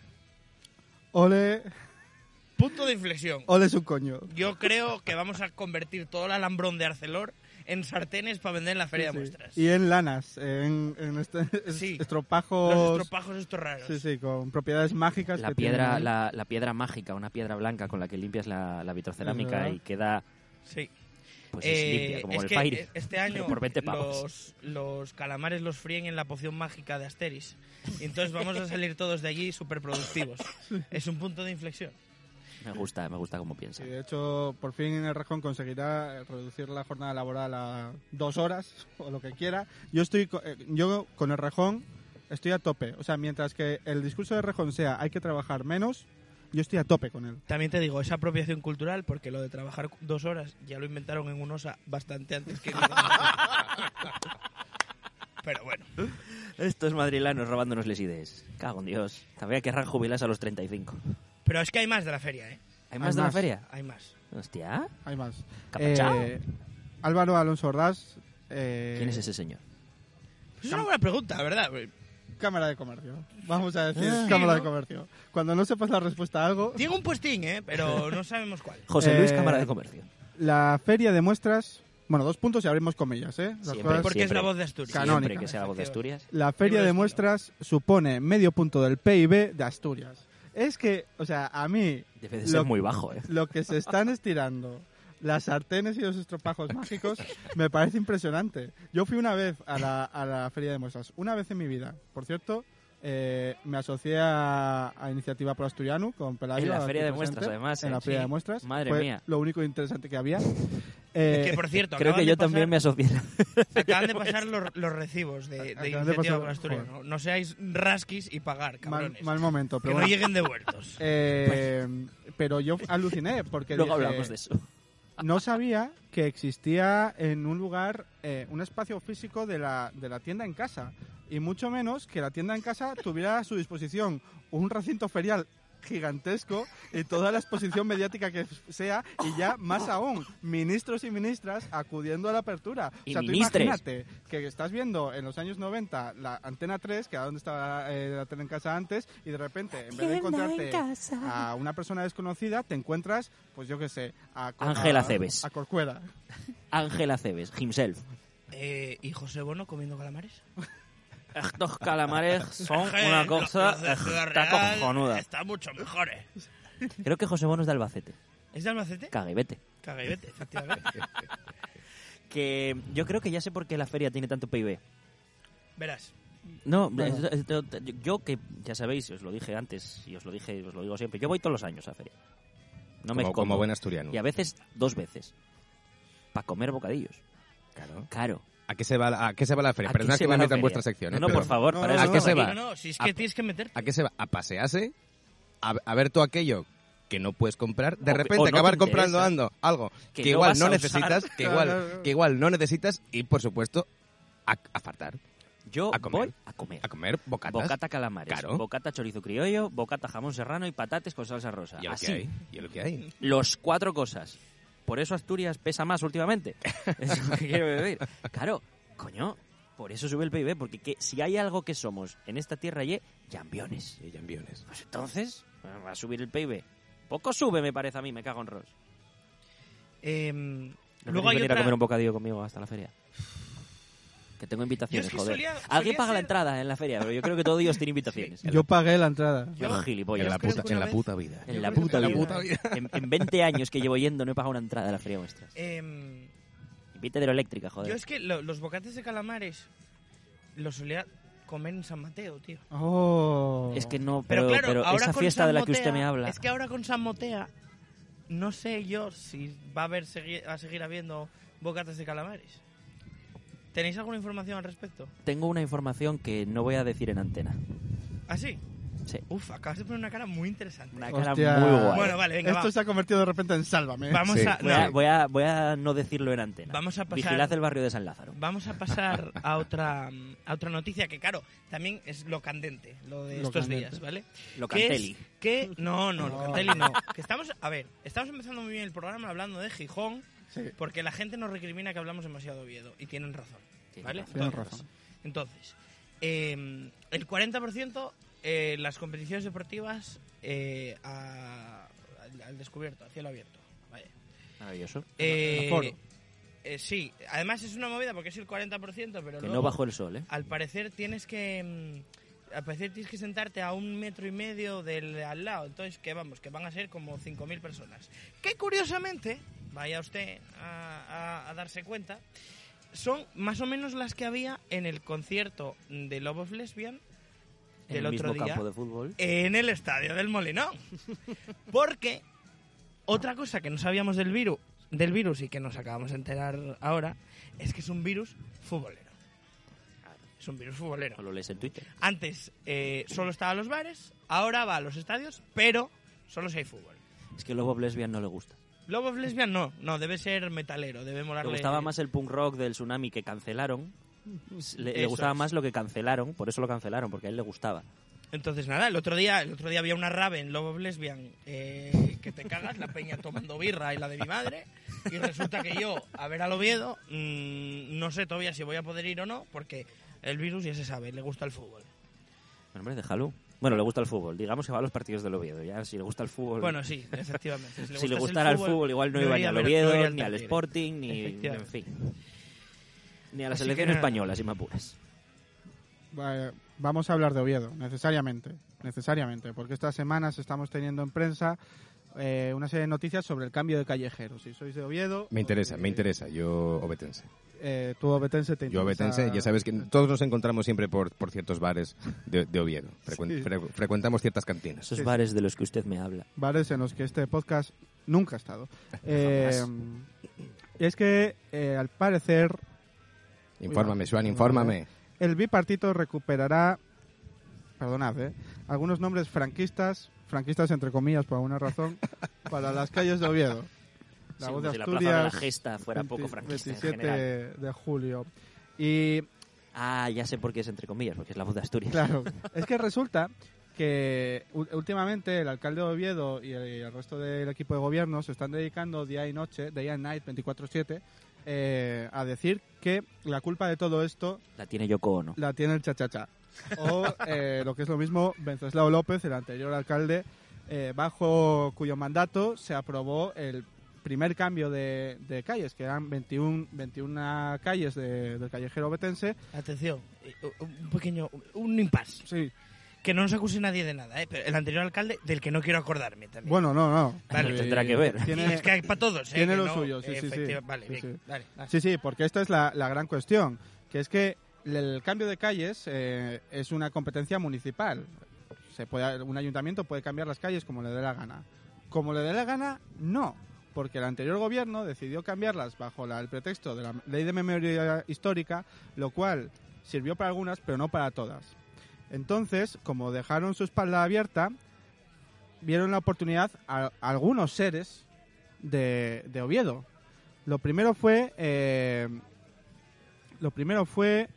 S5: Ole,
S3: Punto de inflexión.
S5: ole su coño.
S3: Yo creo que vamos a convertir todo el alambrón de Arcelor en sartenes para vender en la Feria
S5: Sí.
S3: de Muestras.
S5: Y en lanas, en, en est- es-
S3: Sí.
S5: estropajos.
S3: Los estropajos estos raros.
S5: Sí, sí, con propiedades mágicas.
S2: La
S5: que ¿eh?
S2: piedra,
S5: tienen ahí.
S2: la, la piedra mágica, una piedra blanca con la que limpias la, la
S5: Es
S2: vitrocerámica
S5: verdad.
S2: y queda
S3: Sí.
S2: pues
S3: Eh,
S2: es limpia, como
S3: es
S2: el
S3: que
S2: Fairy.
S3: eh, Este año
S2: por 20 pavos.
S3: los, los calamares los fríen en la poción mágica de Asteris. Y entonces vamos a salir todos de allí súper productivos. Es un punto de inflexión.
S2: Me gusta, me gusta como piensa.
S5: Sí, de hecho, por fin en el Rajón conseguirá eh, reducir la jornada laboral a dos horas o lo que quiera. Yo estoy, co- eh, yo con el Rajón estoy a tope. O sea, mientras que el discurso de Rajón sea hay que trabajar menos, yo estoy a tope con él.
S3: También te digo, es apropiación cultural porque lo de trabajar dos horas ya lo inventaron en un osa bastante antes que nosotros. Pero bueno,
S2: Estos madrilanos robándonos las ideas. Cago en Dios. También querrán jubilarse a los 35.
S3: pero es que hay más de la feria, ¿eh?
S2: ¿Hay más de la
S5: más.
S2: feria?
S3: Hay más.
S2: Hostia.
S5: Hay más.
S2: Capachao.
S5: Eh, Álvaro Alonso Ordaz. eh,
S2: ¿Quién es ese señor?
S3: Pues es una buena pregunta, ¿verdad?
S5: Cámara de comercio. Vamos a decir
S3: Ah.
S5: cámara
S3: Sí,
S5: de
S3: ¿no?
S5: comercio. Cuando no sepas la respuesta a algo,
S3: Tiene un puestín, ¿eh? Pero no sabemos cuál.
S2: José Luis
S5: eh,
S2: Cámara de Comercio.
S5: la feria de muestras. Bueno, dos puntos y abrimos comillas, ¿eh? Las
S2: Siempre,
S5: cosas-
S3: Porque es
S2: Siempre.
S3: la voz de Asturias.
S5: Canónica.
S2: Siempre que sea algo de Asturias.
S5: La feria
S3: Libre
S5: de
S3: estilo.
S5: muestras supone medio punto del PIB de Asturias. Es que, o sea, a mí
S2: Debe de
S5: Lo-
S2: ser muy bajo, ¿eh?
S5: lo que se están estirando, las sartenes y los estropajos mágicos, me parece impresionante. Yo fui una vez a la, a la feria de muestras, una vez en mi vida. Por cierto, eh, me asocié a, a Iniciativa Pro Asturiano con Pelayo.
S2: En la
S5: aquí
S2: feria de
S5: presente,
S2: muestras, además,
S5: En
S2: eh,
S5: la feria
S2: sí.
S5: de muestras.
S2: Madre
S5: Fue
S2: mía.
S5: Lo único interesante que había.
S3: Es
S5: Eh,
S3: que, por cierto,
S2: Creo que yo también me asocié.
S3: Acaban de pasar los, los recibos de, de
S5: Acaban de
S3: iniciativa
S5: pasar-
S3: con Asturias. No,
S5: joder.
S3: No seáis rasquis y pagar,
S5: mal,
S3: cabrones.
S5: mal momento,
S3: que
S5: pero
S3: no
S5: bueno.
S3: lleguen devueltos.
S5: Eh, pero yo aluciné porque
S2: Pues. Luego
S5: dije,
S2: hablamos de eso.
S5: no sabía que existía en un lugar eh, un espacio físico de la, de la tienda en casa. Y mucho menos que la tienda en casa tuviera a su disposición un recinto ferial gigantesco y toda la exposición mediática que sea y ya más aún ministros y ministras acudiendo a la apertura.
S2: Y
S5: o sea, tú
S2: ministres.
S5: imagínate que estás viendo en los años 90 la Antena 3, que era donde estaba eh, la tele en casa antes, y de repente en vez de encontrarte a una persona desconocida te encuentras, pues yo qué sé, a Cor-
S2: Ángela
S5: a-
S2: Cebes.
S5: A Corcuera.
S2: Ángela Cebes, himself.
S3: Eh, ¿Y José Bono comiendo calamares?
S2: Estos calamares son
S3: Eh,
S2: una cosa
S3: los- los de Ciudad
S2: está
S3: Real
S2: cojonuda.
S3: Está mucho mejor, eh.
S2: Creo que José Bono es de Albacete.
S3: ¿Es de Albacete?
S2: Cague, vete.
S3: Caguevete, efectivamente.
S2: Que yo creo que ya sé por qué la feria tiene tanto PIB.
S3: Verás.
S2: No,
S5: Bueno.
S2: es- es- yo- yo que ya sabéis, os lo dije antes y os lo dije y os lo digo siempre, yo voy todos los años a la feria. No me
S4: como,
S2: escondo.
S4: como buen asturiano.
S2: Y a veces dos veces. Para comer bocadillos.
S4: Claro.
S2: Claro.
S4: ¿A qué se va, la- a qué se va la feria?
S2: ¿A
S4: Perdona
S2: qué se
S4: que
S2: va
S4: me
S2: la
S4: meta en
S2: feria?
S4: vuestra sección.
S2: No,
S4: ¿eh?
S2: no,
S4: pero-
S2: por favor,
S5: No,
S2: para
S5: no,
S2: eso estamos
S4: ¿a
S5: no,
S4: qué se
S2: aquí.
S4: va?
S3: No, no, si es que
S4: Ah.
S3: tienes que meterte.
S4: ¿A qué se va? ¿A pasearse? ¿A, a ver todo aquello que no puedes comprar? De
S2: O-
S4: repente
S2: o no te
S4: acabar
S2: interesa.
S4: comprando ando- algo
S2: Que
S4: que,
S2: no
S4: igual
S2: vas
S4: no
S2: a usar.
S4: necesitas, que
S5: Claro.
S4: igual, que igual no necesitas y, por supuesto, a, a fartar,
S2: Yo
S4: A comer.
S2: voy a comer.
S4: a comer bocatas.
S2: Bocata calamares,
S4: Claro.
S2: bocata chorizo criollo, bocata jamón serrano y patates con salsa rosa.
S4: Y a lo
S2: Así,
S4: que hay, y a lo que hay.
S2: los cuatro cosas. Por eso Asturias pesa más últimamente. Es lo que quiero decir. Claro, coño, por eso sube el PIB, porque que- si hay algo que somos en esta tierra y llambiones.
S4: Y jambiones.
S2: Pues entonces, bueno, va a subir el PIB. Poco sube, me parece a mí, me cago en Ross.
S3: Eh,
S2: ¿No queréis
S3: luego hay
S2: venir a
S3: otra.
S2: comer un bocadillo conmigo hasta la feria? Que tengo invitaciones,
S3: Yo es que
S2: joder.
S3: solía-
S2: Alguien
S3: solía
S2: paga la
S3: ser-
S2: entrada en la feria, pero yo creo que todo Dios tiene invitaciones.
S5: Yo pagué la entrada.
S3: Yo-
S2: Los gilipollas.
S4: en la,
S3: creo
S4: puta,
S3: que
S4: en
S3: una
S4: la
S3: vez-
S4: puta vida.
S2: En la
S3: creo que
S2: puta
S3: en la
S2: vida.
S3: puta
S4: vida.
S2: En, en 20 años que llevo yendo no he pagado una entrada a la feria vuestra.
S3: eh,
S2: Invita hidroeléctrica, joder.
S3: yo es que lo- los bocates de calamares los solía comer en San Mateo, tío.
S5: Oh.
S2: Es que no,
S3: Pero,
S2: pero,
S3: claro,
S2: pero
S3: ahora
S2: esa
S3: con
S2: fiesta
S3: San
S2: de la que
S3: Motea-
S2: usted me habla.
S3: Es que ahora con San Motea, no sé yo si va a haber segui- a seguir habiendo bocatas de calamares. ¿Tenéis alguna información al respecto?
S2: Tengo una información que no voy a decir en antena.
S3: ¿Ah, sí?
S2: Sí.
S3: Uf, acabas de poner una cara muy interesante.
S2: Una cara
S5: Hostia.
S2: muy guay. eh.
S3: Bueno, vale, venga,
S5: Esto
S3: va.
S5: se ha convertido de repente en sálvame.
S3: Vamos
S4: Sí.
S3: a...
S2: voy,
S3: no,
S2: a, voy, a, voy a no decirlo en antena.
S3: Vamos a pasar-
S2: Vigilad el barrio de San Lázaro.
S3: Vamos a pasar a otra, mm, a otra noticia que, claro, también es lo candente, lo de
S5: Lo
S3: estos
S5: candente.
S3: días, ¿vale?
S2: Locantelli.
S3: Que, es- que- no, no,
S5: No.
S3: Locantelli no. Que estamos, a ver, estamos empezando muy bien el programa hablando de Gijón,
S5: Sí.
S3: porque la gente nos recrimina que hablamos demasiado de Oviedo, y tienen razón,
S2: Tienen
S3: ¿vale?
S2: razón.
S5: Tienes
S3: Entonces,
S5: razón.
S3: Entonces, eh, el 40% eh, las competiciones deportivas eh, a- al, al descubierto, a cielo abierto, vaya.
S2: Maravilloso.
S3: Eh,
S5: Aforo.
S3: eh, sí, además es una movida porque es el 40%, pero
S2: Que
S3: luego,
S2: no bajo el sol, ¿eh?
S3: al parecer tienes que mm, al parecer tienes que sentarte a un metro y medio del al lado, entonces que vamos, que van a ser como 5.000 personas. Que curiosamente, vaya usted a, a- a darse cuenta, son más o menos las que había en el concierto de Love of Lesbian
S2: En
S3: del
S2: el
S3: otro
S2: mismo
S3: día eh
S2: campo de fútbol.
S3: en el estadio del Molinón. Porque otra cosa que no sabíamos del virus, del virus y que nos acabamos de enterar ahora es que es un virus futbolero. Es un virus futbolero.
S2: No lo lees en Twitter.
S3: Antes eh, solo estaba a los bares, ahora va a los estadios, pero solo si hay fútbol.
S2: Es que Lobo Lesbian no le gusta.
S3: Lobo of Lesbian no, no, debe ser metalero, debe
S2: Le
S3: molarle.
S2: gustaba más el punk rock del tsunami que cancelaron. Le, le
S3: Eso
S2: gustaba
S3: es.
S2: más lo que cancelaron, por eso lo cancelaron, porque a él le gustaba.
S3: Entonces nada, el otro día, el otro día había una rave en Love of Lesbian eh, que te cagas, la peña tomando birra y la de mi madre, y resulta que yo, a ver al Oviedo, mm, no sé todavía si voy a poder ir o no, porque el virus ya se sabe, le gusta el fútbol.
S2: Bueno, Hombre, déjalo. Bueno, le gusta el fútbol. Digamos que va a los partidos del Oviedo. Ya, si le gusta el fútbol.
S3: Bueno, sí, efectivamente.
S2: si le
S3: gustas el
S2: gustara el fútbol, igual no iba ni
S3: debería
S2: al
S3: ver-
S2: Oviedo,
S3: debería
S2: ni al
S3: admitir.
S2: Sporting, ni. En
S3: Efectivamente.
S2: fin. Ni a la
S3: Así
S2: selección
S3: que nada.
S2: española, si me apuras.
S5: Vale, Vamos a hablar de Oviedo, necesariamente, necesariamente, porque estas semanas estamos teniendo en prensa eh, una serie de noticias sobre el cambio de callejeros. Si sois de Oviedo...
S4: Me interesa,
S5: o si,
S4: me interesa. Yo obetense.
S5: eh, tú obetense te
S4: Yo
S5: interesa-
S4: obetense, ya sabes que todos nos encontramos siempre por, por ciertos bares de, de Oviedo. Frecuen-
S5: Sí.
S4: fre- frecuentamos ciertas cantinas.
S2: Esos
S5: Sí, sí.
S2: bares de los que usted me habla.
S5: Bares en los que este podcast nunca ha estado. Eh, es que, eh, al parecer,
S4: Infórmame, Joan, infórmame.
S5: el bipartito recuperará, perdonad, eh, algunos nombres franquistas, franquistas entre comillas por alguna razón, para las calles de Oviedo. La
S2: Sí,
S5: voz
S2: como
S5: de
S2: si la plaza de la
S5: Asturias,
S2: gesta fuera poco
S5: 20
S2: franquista en
S5: 27
S2: general.
S5: de julio. Y
S2: Ah, ya sé por qué es entre comillas, porque es la voz de Asturias.
S5: claro, es que resulta que u- últimamente el alcalde de Oviedo y el, y el resto del equipo de gobierno se están dedicando día y noche, day and night, 24-7, eh, a decir que la culpa de todo esto
S2: La tiene Yoko Ono.
S5: la tiene el chachachá. O eh, lo que es lo mismo, Venceslao López, el anterior alcalde, eh, bajo cuyo mandato se aprobó el primer cambio de, de calles, que eran 21, 21 calles de- del callejero betense.
S3: Atención, eh, un pequeño, un impasse.
S5: Sí,
S3: Que no nos acuse nadie de nada, ¿eh? pero el anterior alcalde, del que no quiero acordarme también.
S5: bueno, no, no.
S3: Vale.
S5: Eh,
S2: Tendrá que ver.
S5: tiene-
S3: Y es que hay para todos, ¿eh?
S5: tiene
S3: que
S5: lo
S3: no-
S5: suyo, sí, sí, sí.
S3: efectiva- Vale,
S5: Sí,
S3: bien,
S5: sí.
S3: dale, dale.
S5: Sí, sí, porque esta es la, la gran cuestión, que es que el cambio de calles eh, es una competencia municipal. Se puede, un ayuntamiento puede cambiar las calles como le dé la gana. Como le dé la gana, no, porque el anterior gobierno decidió cambiarlas bajo la- el pretexto de la ley de memoria histórica, lo cual sirvió para algunas, pero no para todas. Entonces, como dejaron su espalda abierta, vieron la oportunidad a, a algunos seres de, de Oviedo. Lo primero fue. eh, lo primero fue.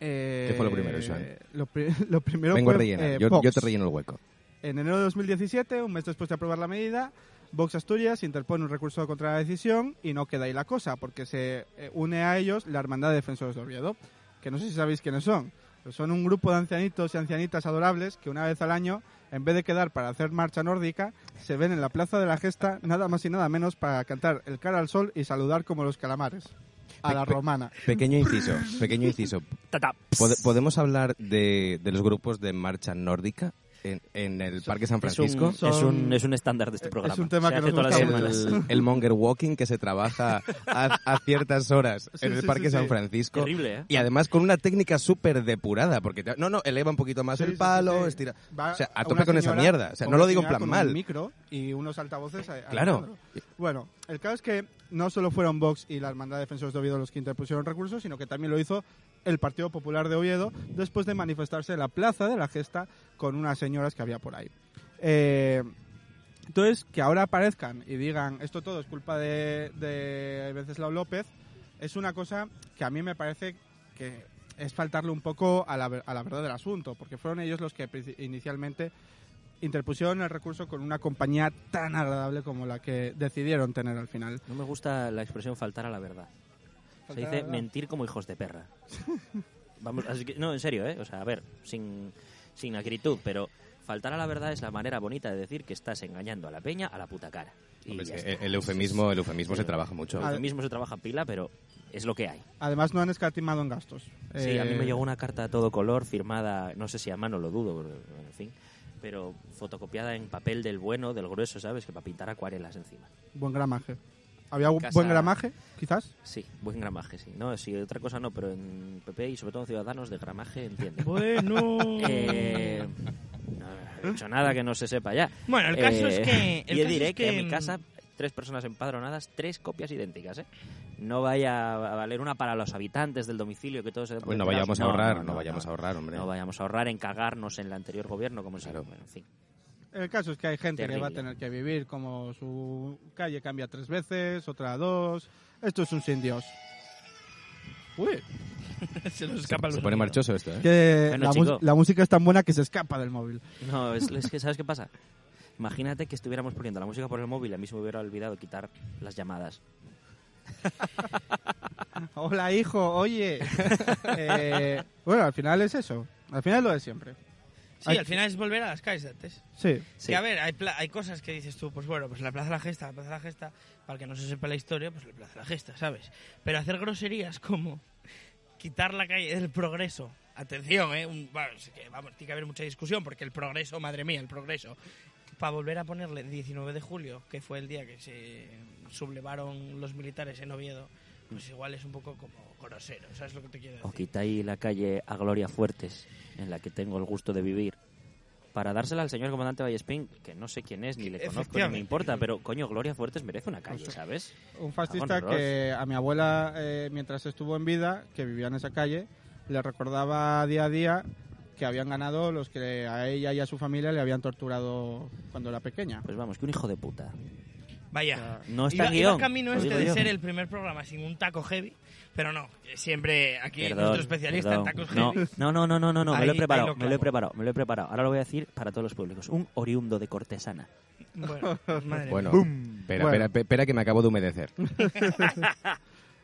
S5: eh,
S4: ¿Qué fue lo primero, Joan?
S5: Lo, pri- lo primero
S4: Vengo a
S5: fue,
S4: rellenar.
S5: eh,
S4: yo,
S5: Vox.
S4: yo te relleno el hueco.
S5: En enero de 2017, un mes después de aprobar la medida, Vox Asturias interpone un recurso contra la decisión y no queda ahí la cosa, porque se eh, une a ellos la Hermandad de Defensores de Oviedo, que no sé si sabéis quiénes son. pero son un grupo de ancianitos y ancianitas adorables que una vez al año, en vez de quedar para hacer marcha nórdica, se ven en la Plaza de la Gesta, nada más y nada menos, para cantar el cara al sol y saludar como los calamares. A la
S4: Pe- pe-
S5: romana.
S4: Pequeño inciso, pequeño inciso.
S2: Ta, ta.
S4: ¿Pod- ¿Podemos hablar de, de los grupos de marcha nórdica? en, en el Parque San
S2: Es un, es,
S4: Francisco.
S2: un, es un estándar de este
S5: es
S2: programa.
S5: un tema
S2: Se
S5: que
S2: hace
S5: nos
S2: todas las
S5: gusta
S2: semanas.
S4: el, el monger walking que se trabaja a, a ciertas horas
S5: Sí,
S4: en el
S5: sí,
S4: Parque
S5: sí,
S4: San
S5: sí.
S4: Francisco.
S2: Terrible, ¿eh?
S4: Y además con una técnica súper depurada, porque te- no, no, eleva un poquito más
S5: Sí,
S4: el
S5: sí,
S4: palo,
S5: sí, sí.
S4: estira.
S5: Va
S4: o sea, a
S5: una
S4: tope con esa
S5: señora-
S4: mierda. O sea,
S5: con
S4: no lo
S5: una
S4: digo en
S5: señora
S4: plan
S5: con
S4: mal.
S5: Un micro y unos altavoces. a- a-
S4: Claro.
S5: Bueno, el caso es que no solo fueron Vox y la Hermandad de Defensores de Oviedo los que interpusieron recursos, sino que también lo hizo el Partido Popular de Oviedo después de manifestarse en la plaza de la gesta con unas señoras que había por ahí. Eh, entonces, que ahora aparezcan y digan esto todo es culpa de, de Venceslao López, es una cosa que a mí me parece que es faltarle un poco a la, ver- a la verdad del asunto, porque fueron ellos los que princi- inicialmente interpusieron el recurso con una compañía tan agradable como la que decidieron tener al final.
S2: No me gusta la expresión faltar a la verdad. Se dice mentir como hijos de perra. Vamos, así que- no, en serio, ¿eh? O sea, a ver, sin, sin acritud, pero faltar a la verdad es la manera bonita de decir que estás engañando a la peña a la puta cara. Y
S4: Hombre, es
S2: ya
S4: que
S2: está.
S4: el, el eufemismo, el eufemismo se trabaja mucho.
S2: El eufemismo se trabaja pila, pero es lo que hay.
S5: Además, no han escatimado en gastos.
S2: Sí, a mí me
S5: Eh,
S2: llegó una carta a todo color firmada, no sé si a mano, lo dudo, pero, en fin, pero fotocopiada en papel del bueno, del grueso, ¿sabes? Que para pintar acuarelas encima.
S5: Buen gramaje. ¿Había un
S2: Casa-
S5: buen gramaje, quizás?
S2: Sí, buen gramaje, sí. No, sí, otra cosa no, pero en PP y sobre todo en Ciudadanos de gramaje entiendo.
S3: Bueno.
S2: Eh, no he hecho nada que no se sepa ya.
S3: bueno, el caso
S2: Eh,
S3: es que. El
S2: yo
S3: caso
S2: diré
S3: es
S2: que,
S3: que
S2: en mi casa, tres personas empadronadas, tres copias idénticas, ¿eh? No vaya a valer una para los habitantes del domicilio, que todos... se den por
S4: Pues no
S2: enterados.
S4: vayamos a ahorrar, no,
S2: no,
S4: vayamos
S2: no.
S4: a ahorrar, hombre.
S2: No vayamos a ahorrar en cagarnos en el anterior gobierno, como se
S4: Claro.
S2: bueno, en fin.
S5: El caso es que hay gente que va a
S2: Terrible.
S5: tener que vivir como su calle cambia tres veces, otra dos. Esto es un sin Dios. Uy,
S3: se nos
S4: se,
S3: escapa el
S4: se pone
S3: sonido.
S4: marchoso esto, ¿eh?
S5: que
S2: Bueno,
S5: la,
S2: chico.
S5: mus- la música es tan buena que se escapa del móvil.
S2: No, es, es que ¿sabes qué pasa? Imagínate que estuviéramos poniendo la música por el móvil y a mí se me hubiera olvidado quitar las llamadas.
S5: Hola, hijo, oye. Eh, bueno, al final es eso. Al final es lo de siempre.
S3: Sí, al final es volver a las calles de antes.
S5: Sí.
S2: Sí.
S3: Que a ver, hay, pla- hay cosas que dices tú, pues bueno, pues la Plaza de la Gesta, la Plaza de la Gesta, para el que no se sepa la historia, pues la Plaza de la Gesta, ¿sabes? Pero hacer groserías como quitar la calle del progreso. Atención, ¿eh? Un- bueno, es que, vamos, tiene que haber mucha discusión porque el progreso, madre mía, el progreso. Para volver a ponerle 19 de julio, que fue el día que se sublevaron los militares en Oviedo, pues igual es un poco como grosero, ¿sabes lo que te quiero decir?
S2: O quitáis la calle a Gloria Fuertes, en la que tengo el gusto de vivir, para dársela al señor comandante Vallespín, que no sé quién es, ni le conozco, ni me
S3: Efectivamente.
S2: importa, pero coño, Gloria Fuertes merece una calle, ¿sabes?
S5: Un fascista
S2: Vamos, Ah, Ross.
S5: que a mi abuela, eh, mientras estuvo en vida, que vivía en esa calle, le recordaba día a día que habían ganado los que a ella y a su familia le habían torturado cuando era pequeña.
S2: Pues vamos, que un hijo de puta.
S3: Vaya.
S2: No está
S3: iba,
S2: en
S3: iba
S2: guión,
S3: camino
S2: lo
S3: este
S2: digo
S3: de
S2: yo.
S3: ser el primer programa sin un taco heavy, pero no, que siempre aquí
S2: Perdón,
S3: nuestro especialista
S2: perdón.
S3: en tacos
S2: no,
S3: heavy.
S2: no, no, no, no, no, no, me
S3: Ahí-
S2: lo he
S3: ahí
S2: preparado,
S3: lo
S2: me lo he
S3: clavo.
S2: preparado, me lo he preparado. Ahora lo voy a decir para todos los públicos. Un oriundo de cortesana.
S3: Bueno, pues madre
S4: Bueno, espera,
S5: Bueno.
S4: espera, espera que me acabo de humedecer.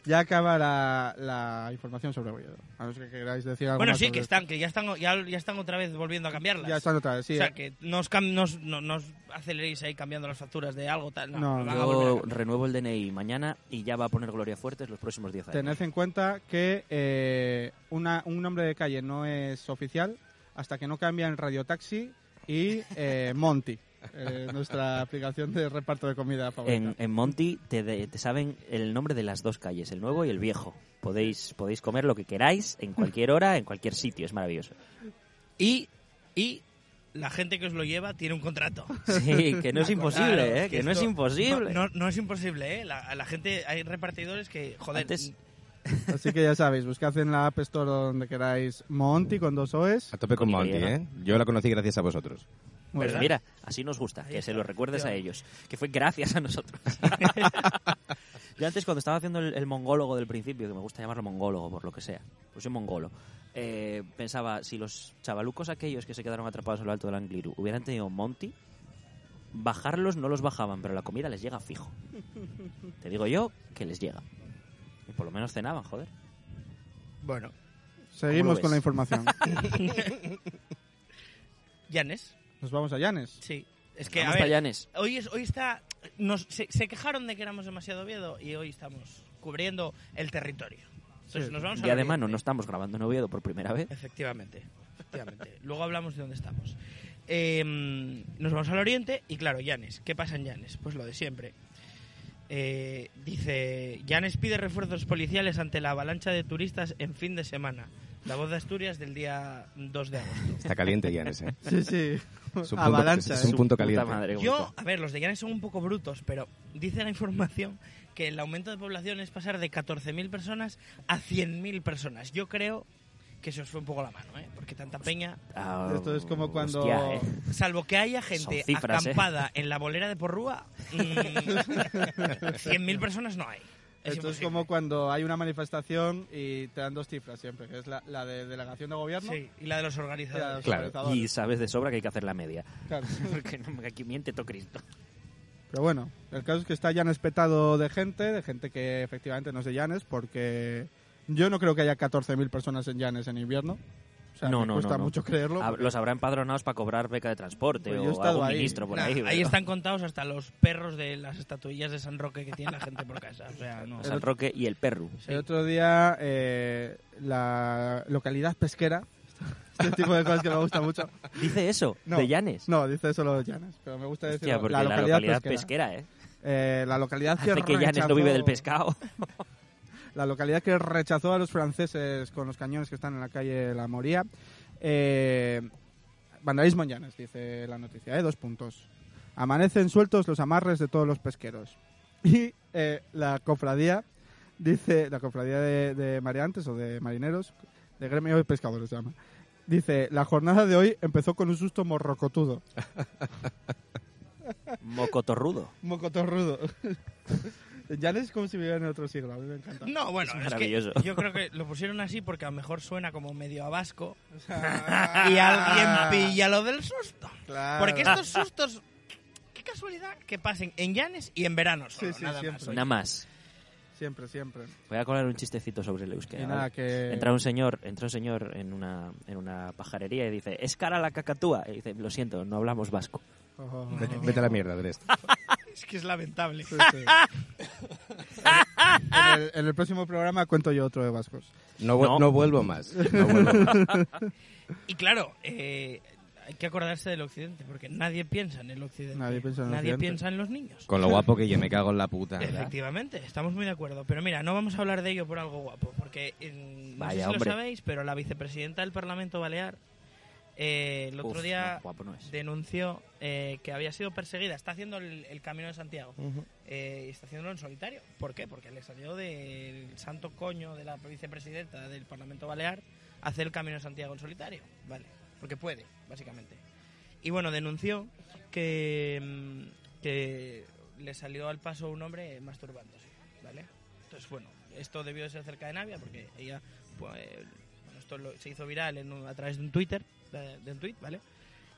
S5: Ya acaba la, la información sobre Oviedo. A no ser que queráis decir
S3: mía.
S5: algo
S3: bueno
S5: más
S3: sí,
S5: sobre-
S3: que están, que ya están, ya, ya están otra vez volviendo a cambiarlas.
S5: Ya están otra vez, sí. eh.
S3: O sea, que no os, cam- no os- no- no os aceleréis ahí cambiando las facturas de algo tal. No,
S5: No,
S3: lo van a volver a
S2: Yo
S3: cambiar.
S2: renuevo el DNI mañana y ya va a poner Gloria Fuertes los próximos 10 años.
S5: Tened en cuenta que eh, una, un nombre de calle no es oficial hasta que no cambian Radio Taxi y eh, Monty, eh, nuestra aplicación de reparto de comida favorita.
S2: En, en Monty te, de- te saben el nombre de las dos calles, el nuevo y el viejo. Podéis, podéis comer lo que queráis en cualquier hora, en cualquier sitio, es maravilloso.
S3: Y, y la gente que os lo lleva tiene un contrato.
S2: Sí, que no es
S3: Acordaros
S2: imposible, ¿eh? que no es
S3: esto-
S2: imposible.
S3: No, no- no es imposible, ¿eh? La, la gente, hay repartidores que, joder,
S2: Antes-
S5: Así que ya sabéis, buscad en la App Store donde queráis Monty con dos O's.
S4: A tope con
S2: Y
S4: Monty,
S2: griega.
S4: ¿eh? Yo la conocí gracias a vosotros.
S5: Muy
S2: Pues
S5: bien.
S2: mira, así nos gusta, que se lo recuerdes a ellos, que fue gracias a nosotros. Yo antes cuando estaba haciendo el, el mongólogo del principio, que me gusta llamarlo mongólogo por lo que sea, pues soy mongolo, eh, pensaba, si los chavalucos aquellos que se quedaron atrapados en lo alto del Angliru hubieran tenido Monty, bajarlos no los bajaban, pero la comida les llega fijo. Te digo yo que les llega. Y por lo menos cenaban, joder.
S3: bueno,
S5: Seguimos
S2: ves?
S5: con la información.
S3: Yanes,
S5: Nos vamos a Llanes.
S3: sí. Es que,
S2: Vamos
S3: a ver,
S2: Tallanes.
S3: Hoy, es, hoy está. Nos, se, se quejaron de que éramos demasiado Oviedo y hoy estamos cubriendo el territorio. Entonces
S5: Sí.
S3: nos vamos a.
S2: Y además no, no estamos grabando en Oviedo por primera vez.
S3: Efectivamente, efectivamente. Luego hablamos de dónde estamos. eh, nos vamos al oriente y claro, Llanes. ¿Qué pasa en Llanes? Pues lo de siempre. Eh, dice, Llanes pide refuerzos policiales ante la avalancha de turistas en fin de semana. La voz de Asturias del día 2 de agosto.
S4: Está caliente, Llanes, ¿eh?
S5: Sí, sí.
S4: Es un punto-
S5: Avalancha.
S4: es un
S5: ¿eh?
S4: punto
S2: Puta
S4: caliente.
S2: madre, cómo
S3: Yo,
S2: está.
S3: a ver, los de Llanes son un poco brutos, pero dice la información que el aumento de población es pasar de 14.000 personas a 100.000 personas. Yo creo que se os fue un poco la mano, ¿eh? Porque tanta peña
S2: Ah,
S5: Esto es como cuando-
S2: hostia, eh.
S3: Salvo que haya gente
S2: Son cifras, ¿eh?
S3: acampada en la bolera de Porrúa, mm, 100.000 personas no hay. Es
S5: Esto es
S3: imposible.
S5: como cuando hay una manifestación y te dan dos cifras siempre, que es la, la de delegación de gobierno
S3: Sí, y la de los
S5: y la de
S3: organizadores.
S5: los
S4: Claro.
S5: organizadores.
S2: Y sabes de sobra que hay que hacer la media.
S5: Claro.
S2: Porque no me aquí miente todo Cristo.
S5: Pero bueno, el caso es que está ya espetado de gente, de gente que efectivamente no es de Llanes, porque yo no creo que haya 14.000 personas en Llanes en invierno. O sea,
S2: No,
S5: me
S2: no,
S5: cuesta
S2: no, no.
S5: mucho creerlo.
S2: Ah, Los habrá empadronados para cobrar beca de transporte
S5: Pues yo he
S2: o
S5: estado
S2: algún
S5: ahí.
S2: ministro por
S3: Nah,
S2: ahí.
S3: ahí
S2: ¿verdad?
S3: están contados hasta los perros de las estatuillas de San Roque que tiene la gente por casa. O sea, no.
S2: San Roque y el perro.
S5: El otro día, eh, la localidad pesquera, este tipo de cosas que me gusta mucho.
S2: Dice eso,
S5: No.
S2: de Llanes.
S5: No, dice eso lo de Llanes, pero me gusta decir
S2: Hostia, porque la localidad, pesquera, ¿eh?
S5: Eh, la localidad que
S2: Hace que Llanes no
S5: rechazó-
S2: vive del pescado.
S5: la localidad que rechazó a los franceses con los cañones que están en la calle La Moría. Eh, vandalismo en Llanes, dice la noticia, ¿eh? dos puntos. Amanecen sueltos los amarres de todos los pesqueros. Y eh, la cofradía, dice, la cofradía de, de mareantes o de marineros, de gremio de pescadores se llama. Dice, la jornada de hoy empezó con un susto morrocotudo,
S2: Mocotorrudo.
S5: mocotorrudo. En Llanes es como si viviera en otro siglo, a mí me encanta.
S3: No, bueno,
S2: Es
S3: es,
S2: maravilloso.
S3: que yo creo que lo pusieron así porque a lo mejor suena como medio a vasco y alguien pilla lo del susto.
S5: Ah. Claro.
S3: Porque estos sustos, qué casualidad que pasen en Llanes y en verano solo,
S5: Sí, sí,
S3: nada
S5: siempre.
S3: más.
S2: Nada más.
S5: Siempre, siempre.
S2: Voy a colar un chistecito sobre el euskera.
S5: Y nada,
S2: ¿vale?
S5: que...
S2: Entra un señor, entra un señor en una, en una pajarería y dice, es cara la cacatúa. Y dice, lo siento, no hablamos vasco.
S5: Ojo.
S4: Vete, vete a la mierda, este. Andrés.
S3: Es que es lamentable. Ah,
S5: Sí, sí. en, el, en el próximo programa cuento yo otro de vascos.
S4: No, vu-
S2: No.
S4: no vuelvo más. No vuelvo más.
S3: Y claro, eh, hay que acordarse del occidente, porque nadie piensa en el occidente.
S5: Nadie piensa en el
S3: Nadie
S5: occidente.
S3: piensa en los niños.
S4: Con lo guapo que yo me cago en la puta. ¿verdad?
S3: Efectivamente, estamos muy de acuerdo. Pero mira, no vamos a hablar de ello por algo guapo, porque en- no sé
S2: Vaya,
S3: si
S2: hombre.
S3: lo sabéis, pero la vicepresidenta del Parlamento Balear eh, el otro
S2: Uf,
S3: día
S2: no, guapo no es.
S3: denunció eh, que había sido perseguida. Está haciendo el, el Camino de Santiago eh, y está haciéndolo en solitario. ¿Por qué? Porque le salió del santo coño de la vicepresidenta del Parlamento Balear hacer el Camino de Santiago en solitario. Vale, porque puede, básicamente. Y bueno, denunció que, mm, que le salió al paso un hombre masturbándose. ¿Vale? Entonces, bueno, esto debió de ser cerca de Navia porque ella, pues, eh, bueno, esto lo- se hizo viral en un- a través de un Twitter, de, de un tweet, ¿vale?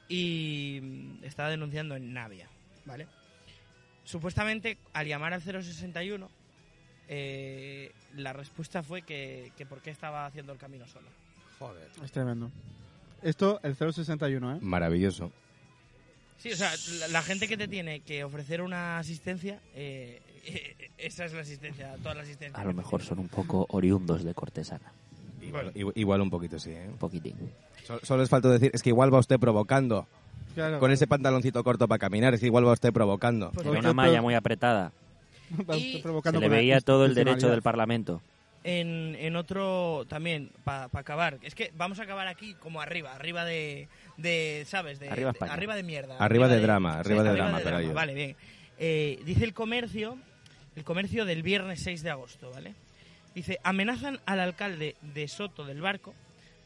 S3: Y mm, estaba denunciando en Navia, ¿vale? Supuestamente, al llamar al 061, eh, la respuesta fue que, que por qué estaba haciendo el camino sola.
S4: Joder.
S5: Es tremendo. Esto, el 061, ¿eh?
S2: Mm.
S4: Maravilloso.
S3: Sí, o sea, la, la gente que te tiene que ofrecer una asistencia, eh, esa es la asistencia, toda la asistencia.
S2: A
S3: que
S2: lo
S3: te
S2: mejor
S3: tiene.
S2: son un poco oriundos de cortesana.
S4: Igual, igu- igual un poquito, sí. ¿eh?
S2: Un poquitín.
S4: Sol- Solo les falta decir, es que igual va usted provocando.
S5: Claro.
S4: Con ese pantaloncito corto para caminar, es que igual va usted provocando.
S3: Pues
S2: Era
S5: Porque
S2: una
S5: otro-
S2: malla muy apretada.
S5: Va usted
S3: Y-
S5: provocando
S2: Se le
S5: con la
S2: veía todo el derecho del
S5: institucionalidad.
S2: Parlamento.
S3: en, en otro también, para acabar. Es que vamos a acabar aquí como arriba, arriba de, de ¿sabes? De,
S2: Arriba
S3: de-
S2: España.
S3: arriba de mierda.
S4: Arriba de drama, arriba de drama, pero yo.
S3: Vale, bien. Eh, dice el comercio, el comercio del viernes 6 de agosto, ¿vale? Dice, amenazan al alcalde de Soto del Barco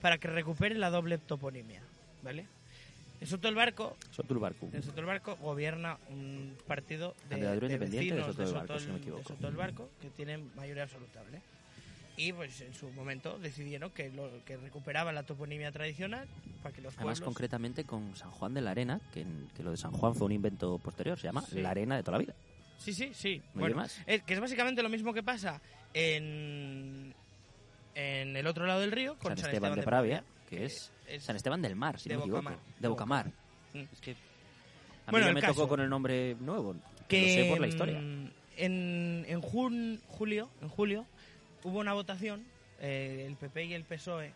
S3: para que recupere la doble toponimia, ¿vale? En Soto del Barco
S2: Soto el Barco.
S3: en Soto del Barco gobierna un partido de,
S2: Candidatura
S3: de
S2: independiente de
S3: vecinos
S2: Soto del Barco, si no me
S3: de
S2: equivoco.
S3: Soto del Barco, que tienen mayoría absoluta, ¿vale? Y pues en su momento decidieron que lo que recuperaba la toponimia tradicional para que los
S2: Además,
S3: pueblos
S2: concretamente con San Juan de la Arena, que, en- que lo de San Juan fue un invento posterior, se llama
S3: Sí.
S2: la arena de toda la vida.
S3: Sí, sí, sí.
S2: No
S3: Bueno,
S2: hay más.
S3: es que es básicamente lo mismo que pasa en en el otro lado del río con
S2: San, Esteban, de Pravia, que es
S3: es-
S2: San Esteban del Mar, si
S3: de
S2: no me equivoco.
S3: Bocamar.
S2: De Bocamar.
S3: Mm.
S2: Es que a
S3: Bueno,
S2: mí
S3: el
S2: no me
S3: caso-
S2: tocó con el nombre nuevo, que
S3: que
S2: lo sé por la historia.
S3: mm, En, en jun- julio, en julio hubo una votación, eh, el PP y el PSOE, E.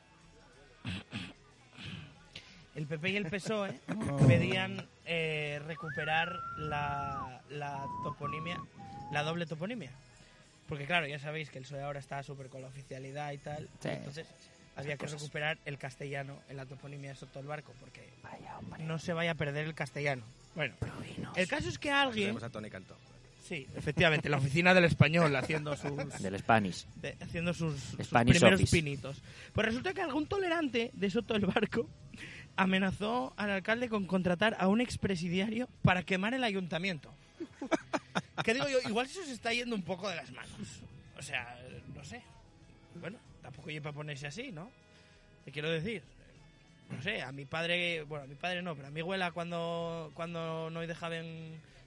S3: el PP y el PSOE
S5: No.
S3: E pedían eh, recuperar la, la toponimia, la doble toponimia. Porque claro, ya sabéis que el PSOE E ahora está súper con la oficialidad y tal.
S2: Sí.
S3: Entonces había que
S2: cosas.
S3: recuperar el castellano en la toponimia de Soto el Barco, porque
S2: Vaya, hombre.
S3: no se vaya a perder el castellano. Bueno,
S2: Provinos.
S3: el caso es que alguien...
S4: Tenemos a Tony Cantó.
S3: Sí, efectivamente, la oficina del español haciendo sus
S2: Del Spanish.
S3: de- haciendo sus, sus
S2: Spanish
S3: primeros
S2: office.
S3: pinitos. Pues resulta que algún tolerante de Soto el Barco amenazó al alcalde con contratar a un expresidiario para quemar el ayuntamiento. que digo yo, igual eso se está yendo un poco de las manos. O sea, no sé. Bueno, tampoco lleva para ponerse así, ¿no? Te quiero decir. No sé, a mi padre, bueno, a mi padre no, pero a mi abuela cuando, cuando no dejaban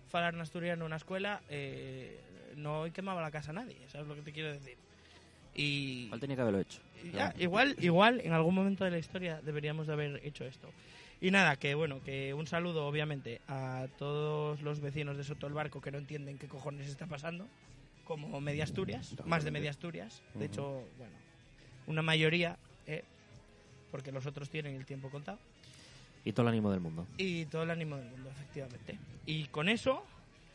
S3: falar en asturiano en una escuela, eh, no quemaba la casa a nadie, ¿sabes lo que te quiero decir? Y
S2: Igual tenía que haberlo hecho.
S3: y ya, igual, igual, en algún momento de la historia deberíamos de haber hecho esto. Y nada, que bueno, que un saludo obviamente a todos los vecinos de Soto el Barco que no entienden qué cojones está pasando, como Media Asturias, más de Media Asturias, de hecho, bueno, una mayoría, eh, porque los otros tienen el tiempo contado,
S2: Y todo el ánimo del mundo.
S3: y todo el ánimo del mundo, efectivamente. Y con eso,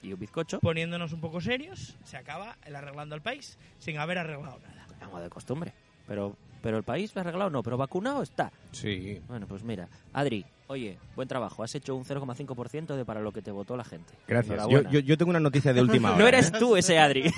S2: Y un bizcocho.
S3: Pues- poniéndonos un poco serios, se acaba el arreglando al país sin haber arreglado nada.
S2: Como de costumbre. Pero, pero el país lo ha arreglado, no. Pero vacunado está.
S4: Sí.
S2: Bueno, pues mira. Adri, oye, buen trabajo. Has hecho un 0,5% de para lo que te votó la gente.
S4: Gracias. Yo,
S2: Enhorabuena.
S4: yo- yo tengo una noticia de última hora.
S2: No
S4: ¿eh?
S2: eres tú ese Adri.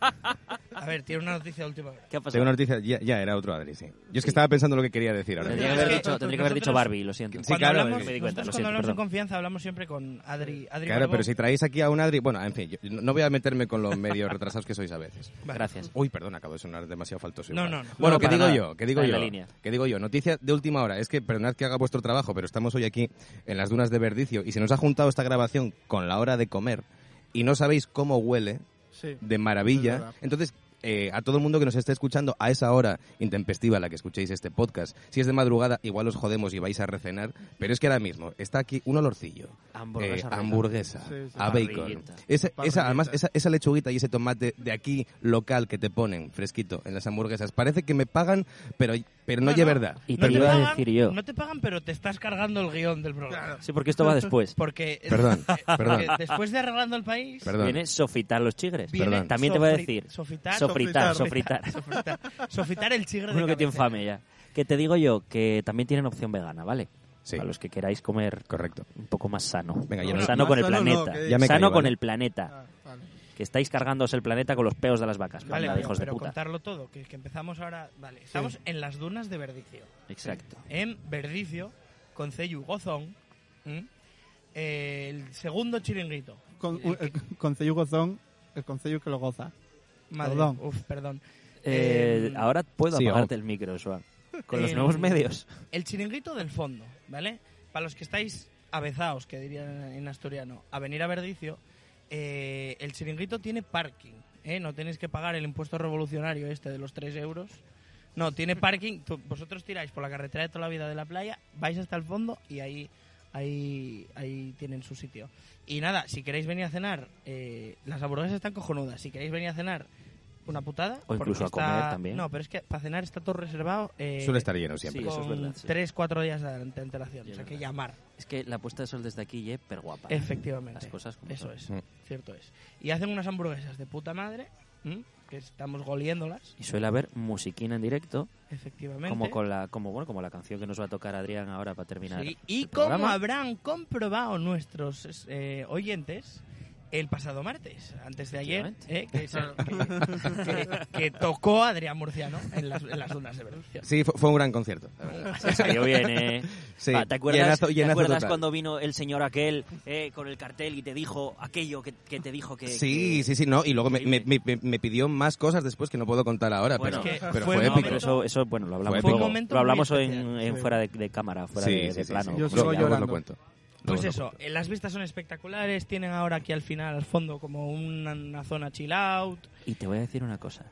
S3: A ver, tiene una noticia de última hora.
S2: ¿Qué ha pasado?
S4: Tengo una noticia. Ya, ya, era otro Adri, sí. Yo es que estaba pensando lo que quería decir ahora.
S2: Tendría que
S3: Es
S2: haber
S3: que
S2: dicho, tendría que haber dicho
S3: nosotros-
S2: Barbie, lo siento.
S4: Sí,
S3: cuando
S4: claro,
S3: hablamos,
S4: eh.
S2: Me di cuenta,
S3: nosotros
S2: lo
S3: cuando
S2: siento,
S3: hablamos en
S2: perdón.
S3: confianza hablamos siempre con Adri. Adri
S4: Claro,
S3: Barbón.
S4: pero si traéis aquí a un Adri. Bueno, en fin, yo no voy a meterme con los medios retrasados que sois a veces.
S3: Vale.
S2: Gracias.
S4: Uy, perdón, acabo de sonar demasiado faltoso.
S3: No,
S4: igual.
S3: no, no.
S4: Bueno,
S2: No,
S4: ¿qué
S2: para
S4: digo
S2: nada.
S4: yo? ¿Qué digo
S2: Está en
S4: yo?
S2: la línea.
S4: ¿Qué digo yo? Noticia de última hora. Es que perdonad que haga vuestro trabajo, pero estamos hoy aquí en las dunas de Verdicio y se nos ha juntado esta grabación con la hora de comer y no sabéis cómo huele
S5: Sí.
S4: de
S5: Es
S4: maravilla.
S5: verdad.
S4: Entonces, eh, a todo el mundo que nos esté escuchando a esa hora intempestiva a la que escuchéis este podcast, si es de madrugada, igual os jodemos y vais a recenar, pero es que ahora mismo está aquí un olorcillo.
S2: Hamburguesa
S4: eh,
S2: rota.
S4: hamburguesa,
S5: Sí, sí.
S4: a bacon.
S2: Parrillita.
S4: Esa, esa- además,
S5: Parrillita.
S4: esa, esa lechuguita y ese tomate de aquí local que te ponen fresquito en las hamburguesas, parece que me pagan, pero, pero no,
S3: No,
S4: es
S3: no.
S4: verdad.
S2: Y te
S3: No te
S2: iba a
S3: pagan-
S2: decir yo.
S3: No te pagan, pero te estás cargando el guión del programa.
S2: Sí, porque esto va después.
S3: Porque, eh,
S4: Perdón,
S3: porque
S4: perdón.
S3: después de arreglando el país,
S4: Perdón.
S2: Viene sofitar los chigres.
S3: viene
S4: Perdón.
S2: También te voy a
S3: sofri-
S2: decir.
S3: Sofitar,
S2: Sofritar,
S3: sofritar,
S2: sofritar.
S3: sofritar, Sofitar el chigre
S2: Uno
S3: de
S2: que te
S3: cabecera.
S2: infame ya. Que te digo yo que también tienen opción vegana, ¿vale?
S4: Sí.
S2: Para los que queráis comer
S4: Correcto.
S2: un poco más sano.
S4: Venga, ya me-
S2: sano con el
S5: Más sano no,
S2: planeta.
S5: que-
S4: Ya me ¿eh?
S2: sano
S4: callo,
S2: con
S4: vale.
S2: el planeta.
S5: Ah, vale.
S2: Que estáis cargándose el planeta con los peos de las vacas.
S3: Vale,
S2: Vale,
S3: vale,
S2: hijos de
S3: pero
S2: puta.
S3: contarlo todo, que, que empezamos ahora. Vale, estamos en las dunas de Verdicio.
S2: Exacto.
S3: en Verdicio, con Ceyu Gozón, ¿m? Eh, el segundo chiringuito.
S5: Con,
S3: El
S5: u- el concello gozón, el concello que lo goza.
S3: Madre,
S5: Perdón.
S3: uf, perdón.
S2: Eh,
S3: Eh,
S2: ahora puedo
S4: sí,
S2: apagarte el micro, Joan. Con los
S3: Eh,
S2: nuevos medios.
S3: El chiringuito del fondo, ¿vale? Para los que estáis avezados, que dirían en asturiano, a venir a Verdicio, eh, el chiringuito tiene parking, ¿eh? No tenéis que pagar el impuesto revolucionario este de los 3 euros. No, tiene parking. Tú- vosotros tiráis por la carretera de toda la vida de la playa, vais hasta el fondo y ahí, ahí, ahí tienen su sitio. Y nada, si queréis venir a cenar, eh, las hamburguesas están cojonudas. Si queréis venir a cenar, una putada.
S2: O incluso
S3: porque
S2: a comer
S3: está-
S2: también.
S3: No, pero es que para cenar está todo reservado. eh,
S4: Suele estar lleno siempre.
S2: Sí, eso es
S3: con
S2: verdad, sí.
S3: Tres, cuatro días de ante- antelación.
S2: Sí,
S3: o sea,
S2: es
S3: que
S2: verdad.
S3: llamar.
S2: Es que la puesta de sol desde aquí, es pero guapa. ¿eh?
S3: Efectivamente.
S2: Las cosas como
S3: Eso
S2: son.
S3: es.
S4: Mm.
S3: Cierto es. Y hacen unas hamburguesas de puta madre, ¿m? que estamos goliéndolas,
S2: Y suele haber musiquina en directo,
S3: efectivamente.
S2: como con la, como bueno, como la canción que nos va a tocar Adrián ahora para terminar.
S3: Sí, Y
S2: el
S3: como
S2: este programa.
S3: habrán comprobado nuestros eh, oyentes el pasado martes, antes de ayer,
S2: Efectivamente. Ah.
S3: eh, que, se- que- que- que tocó Adrián Murciano en las, en las dunas de Venecia.
S4: Sí, fue, fue un gran concierto. la verdad.
S2: Se salió bien, ¿eh?
S4: Sí,
S2: Ah, ¿Te acuerdas,
S4: llenazo-
S2: te
S4: llenazo
S2: acuerdas
S4: total.
S2: cuando vino el señor aquel eh, con el cartel y te dijo aquello que, que te dijo que...
S4: Sí,
S2: que-
S4: sí, sí, no. Y luego me, me- me- me pidió más cosas después que no puedo contar ahora,
S2: Bueno,
S4: pero,
S3: Es que
S4: pero
S3: fue
S4: fue
S3: un
S2: No,
S4: épico.
S2: pero eso, eso, bueno, lo hablamos,
S4: Fue un
S2: luego.
S3: momento
S2: lo hablamos
S3: muy
S2: en,
S3: especial,
S2: en
S5: sí.
S2: fuera de, de cámara, fuera
S4: Sí,
S2: de,
S4: sí,
S2: de
S4: sí, sí.
S2: plano.
S5: Yo
S2: como
S4: Luego-
S5: sigo
S2: se
S4: luego
S2: llama.
S4: os lo
S5: llorando.
S4: cuento.
S3: Pues
S4: Luego os lo
S3: eso,
S4: cuento.
S3: eh, las vistas son espectaculares, tienen ahora aquí al final, al fondo, como una, una zona chill out.
S2: Y te voy a decir una cosa.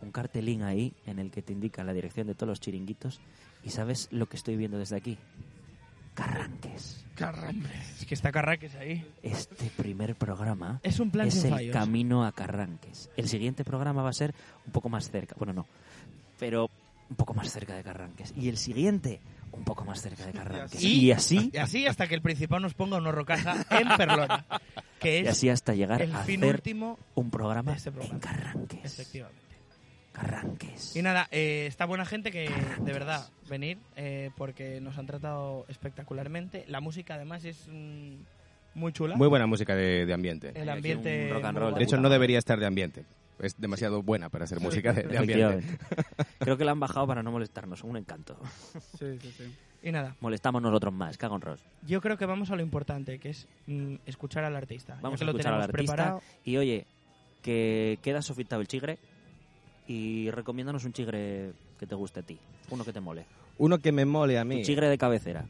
S2: Un cartelín ahí en el que te indica la dirección de todos los chiringuitos y sabes lo que estoy viendo desde aquí. Carranques.
S3: Es que está Carraques ahí.
S2: Este primer programa
S3: Es un plan
S2: es
S3: sin
S2: el
S3: fallos.
S2: camino a Carranques. El siguiente programa va a ser un poco más cerca. Bueno, no. Pero un poco más cerca de Carranques. Y el siguiente, un poco más cerca de Carranque.
S3: así-
S2: Y así,
S3: Y así hasta que el Principado nos ponga una horrocasa en Perlona, que
S2: y
S3: es
S2: así hasta llegar
S3: el
S2: a
S3: fin
S2: hacer
S3: último,
S2: un programa,
S3: de este programa.
S2: en Carranques.
S3: efectivamente.
S2: Carranques.
S3: Y nada, eh, está buena gente que de verdad venir eh, porque nos han tratado espectacularmente. La música además es mm, muy chula.
S4: Muy buena música de, de ambiente.
S3: el
S2: Hay aquí
S3: ambiente
S2: un rock and
S3: muy
S2: roll.
S3: guapo.
S4: De hecho, no debería estar de ambiente. Es demasiado buena para ser música de, de ambiente.
S2: Efectivamente. Creo que la han bajado para no molestarnos, un encanto.
S5: Sí, sí, sí.
S3: y nada,
S2: Molestamos nosotros más, cago en Ross.
S3: yo creo que vamos a lo importante, que es mm, escuchar al artista. Ya
S2: Vamos
S3: que
S2: a
S3: lo
S2: escuchar al
S3: tenemos
S2: artista
S3: preparado.
S2: y oye, que queda sofitado el chigre y recomiéndanos un chigre que te guste a ti, uno que te mole.
S4: Uno que me mole a
S2: Tu
S4: mí.
S2: chigre de cabecera.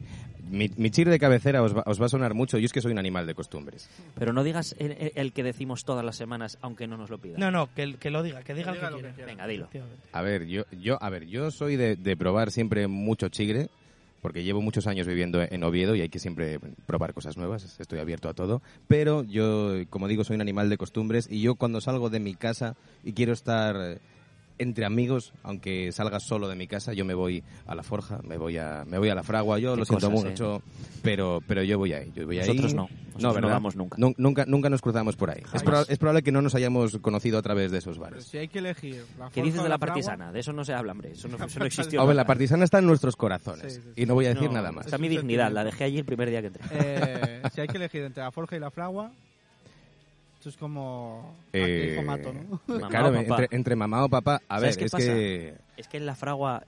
S4: Mi, mi chir de cabecera os va, os va a sonar mucho. Yo es que soy un animal de costumbres.
S2: Pero no digas el, el- el que decimos todas las semanas, aunque no nos lo pidan.
S3: No, no, que, el- que lo diga, que diga,
S5: diga
S3: el
S5: lo
S3: que quiera.
S5: que quiera.
S2: Venga, dilo.
S3: Efectivamente.
S4: A ver, yo, yo, a ver, yo soy de, de probar siempre mucho chigre, porque llevo muchos años viviendo en Oviedo y hay que siempre probar cosas nuevas, estoy abierto a todo, pero yo, como digo, soy un animal de costumbres y yo cuando salgo de mi casa y quiero estar eh, entre amigos, aunque salga solo de mi casa, yo me voy a la forja, me voy a, me voy a la fragua, yo
S2: Qué
S4: lo siento
S2: cosas, ¿eh?
S4: mucho, pero, pero yo voy ahí, yo voy
S2: Nosotros
S4: ahí.
S2: no, nosotros no
S4: ¿verdad?
S2: vamos nunca.
S4: Nun- nunca. Nunca nos cruzamos por ahí. Es,
S5: Jamás.
S4: proba- es probable que no nos hayamos conocido a través de esos
S5: Pero
S4: bares.
S5: si hay que elegir. La
S2: ¿Qué dices
S5: forja o
S2: de la
S5: fragua,
S2: partisana? De eso no se habla, hombre. Eso no, eso no existió.
S4: A ver, la partisana está en nuestros corazones.
S5: Sí, sí, sí.
S4: Y no voy a decir
S2: No,
S4: nada más.
S2: Está mi
S5: Es un
S2: dignidad, la
S5: sentimiento.
S2: dejé allí el primer día que entré.
S5: eh, si hay que elegir entre la forja y la fragua, esto es como.
S4: Eh,
S5: Aquí mato, ¿no?
S2: Mamá
S4: claro,
S2: o papá.
S4: entre, entre mamá o papá. A ver,
S2: ¿Sabes qué
S4: es que.
S2: Es que en la fragua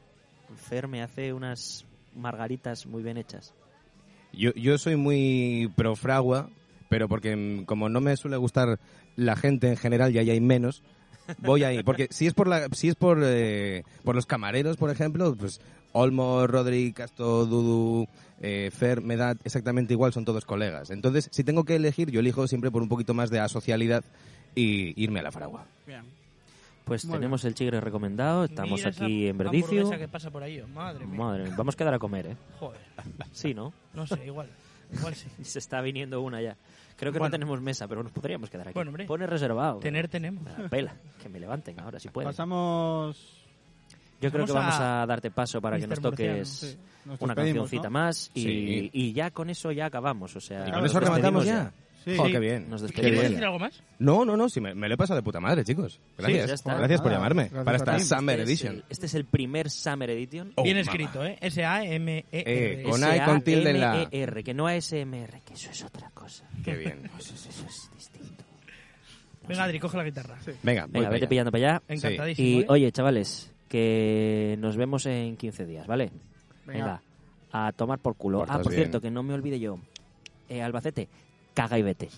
S2: Fer me hace unas margaritas muy bien hechas.
S4: Yo, yo soy muy pro fragua, pero porque mm, como no me suele gustar la gente en general y ahí hay menos, voy ahí. Porque si es por la, si es por, eh, por los camareros, por ejemplo, pues Olmo, Rodri, Casto, Dudu, eh, Fer, me da exactamente igual, son todos colegas. Entonces, si tengo que elegir, yo elijo siempre por un poquito más de asocialidad y irme a la fragua.
S5: Bien.
S2: Pues
S5: Muy
S2: tenemos el chigre recomendado, estamos
S3: Mira
S2: aquí
S3: esa
S2: en Verdicio.
S3: hamburguesa que pasa por ahí, oh, madre mía.
S2: Madre mía, vamos a quedar a comer, ¿eh?
S3: Joder,
S2: Sí, ¿no?
S3: no sé, igual. Igual sí.
S2: Se está viniendo una ya. Creo que no
S3: Bueno.
S2: tenemos mesa, pero nos podríamos quedar aquí.
S3: Bueno, hombre.
S2: Pone reservado.
S3: Tener tenemos.
S2: Me la pela, que me levanten ahora, si pueden.
S5: Pasamos.
S2: Yo creo que
S3: Vamos
S2: vamos
S3: a-
S2: a darte paso para que
S3: Mr.
S2: nos toques
S5: sí, nos
S2: una
S5: despedimos,
S2: cancioncita
S5: ¿no?
S2: más y,
S4: Sí.
S2: y ya con eso ya acabamos. O sea,
S4: Y
S5: Claro,
S4: con eso
S2: nos
S4: rematamos
S2: despedimos
S4: ya.
S5: Sí.
S4: Jo, qué bien.
S2: Nos
S4: Qué
S2: despedimos.
S3: ¿Quieres
S4: bien.
S3: decir algo más?
S4: No, no, no, sí, me, me lo he pasado de puta madre, chicos. Gracias.
S2: ya está.
S4: Gracias por
S5: Nada,
S4: llamarme.
S5: gracias
S4: para
S5: a
S4: esta
S5: ti.
S4: Summer
S2: Este es el-
S4: Edition.
S2: este es el primer Summer Edition.
S4: Oh,
S3: Bien
S4: mamá.
S3: escrito, ¿eh? S-A-M-E-R.
S4: Eh, con A y con tilde en la-
S2: S-A-M-E-R, E que no ASMR, que eso es otra cosa.
S4: Qué bien.
S2: Eso, es- eso es distinto.
S3: Venga, Adri, coge la guitarra.
S4: Venga,
S2: Venga,
S4: voy para
S2: vete
S4: allá.
S2: pillando para allá.
S3: Encantadísimo.
S2: Y
S3: ¿eh?
S2: oye, chavales, que nos vemos en 15 días, ¿vale? Venga, a tomar por culo. ah,
S4: Portaos
S2: por
S4: bien.
S2: cierto, que no me olvide yo. Eh, Albacete, caga y vete.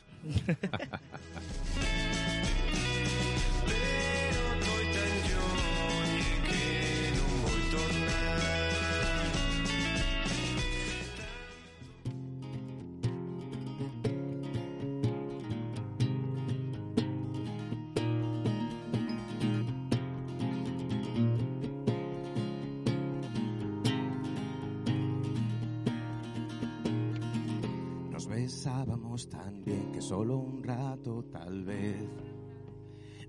S6: Nos besábamos tan bien que solo un rato tal vez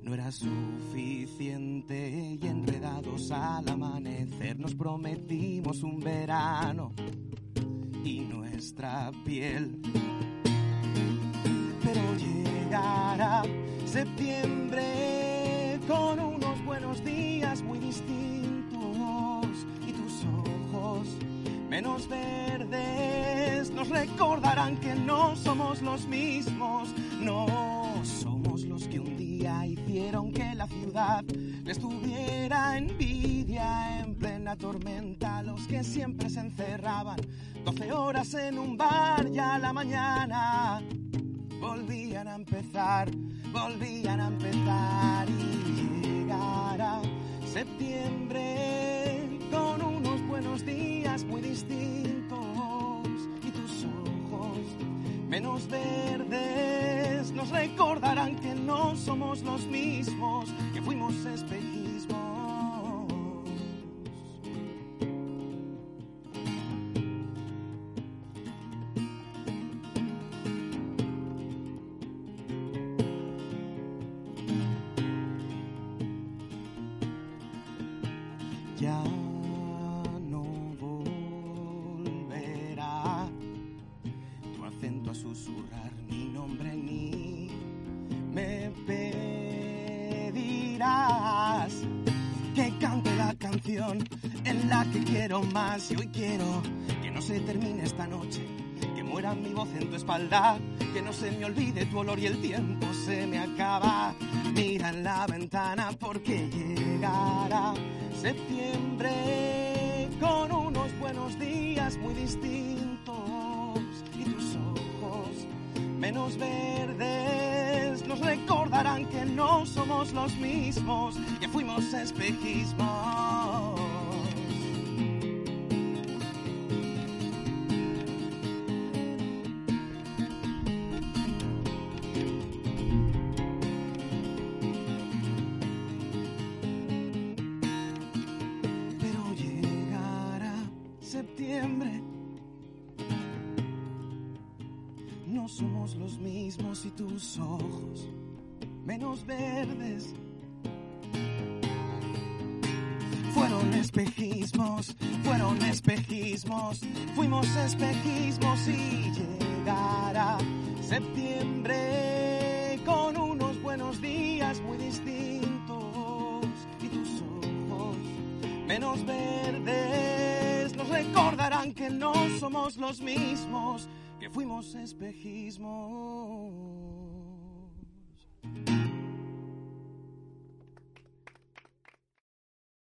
S6: no era suficiente y enredados al amanecer nos prometimos un verano y nuestra piel. Pero llegará septiembre con unos buenos días muy distintos y tus ojos menos verdes nos recordarán que no somos los mismos, no somos los que un día hicieron que la ciudad les tuviera envidia en plena tormenta, los que siempre se encerraban 12 horas en un bar y a la mañana volvían a empezar, volvían a empezar y llegará septiembre con unos buenos días muy distintos y tus ojos menos verdes nos recordarán que no somos los mismos, que fuimos espejismos. Ya no voy canción en la que quiero más y hoy quiero que no se termine esta noche, que muera mi voz en tu espalda, que no se me olvide tu olor y el tiempo se me acaba. Mira en la ventana porque llegará septiembre con unos buenos días muy distintos y tus ojos menos verdes nos recordarán que no somos los mismos, que fuimos espejismos. Pero llegará septiembre. No somos los mismos y tus ojos menos verdes fueron espejismos, fueron espejismos, fuimos espejismos y llegará septiembre con unos buenos días muy distintos y tus ojos menos verdes nos recordarán que no somos los mismos que fuimos espejismos.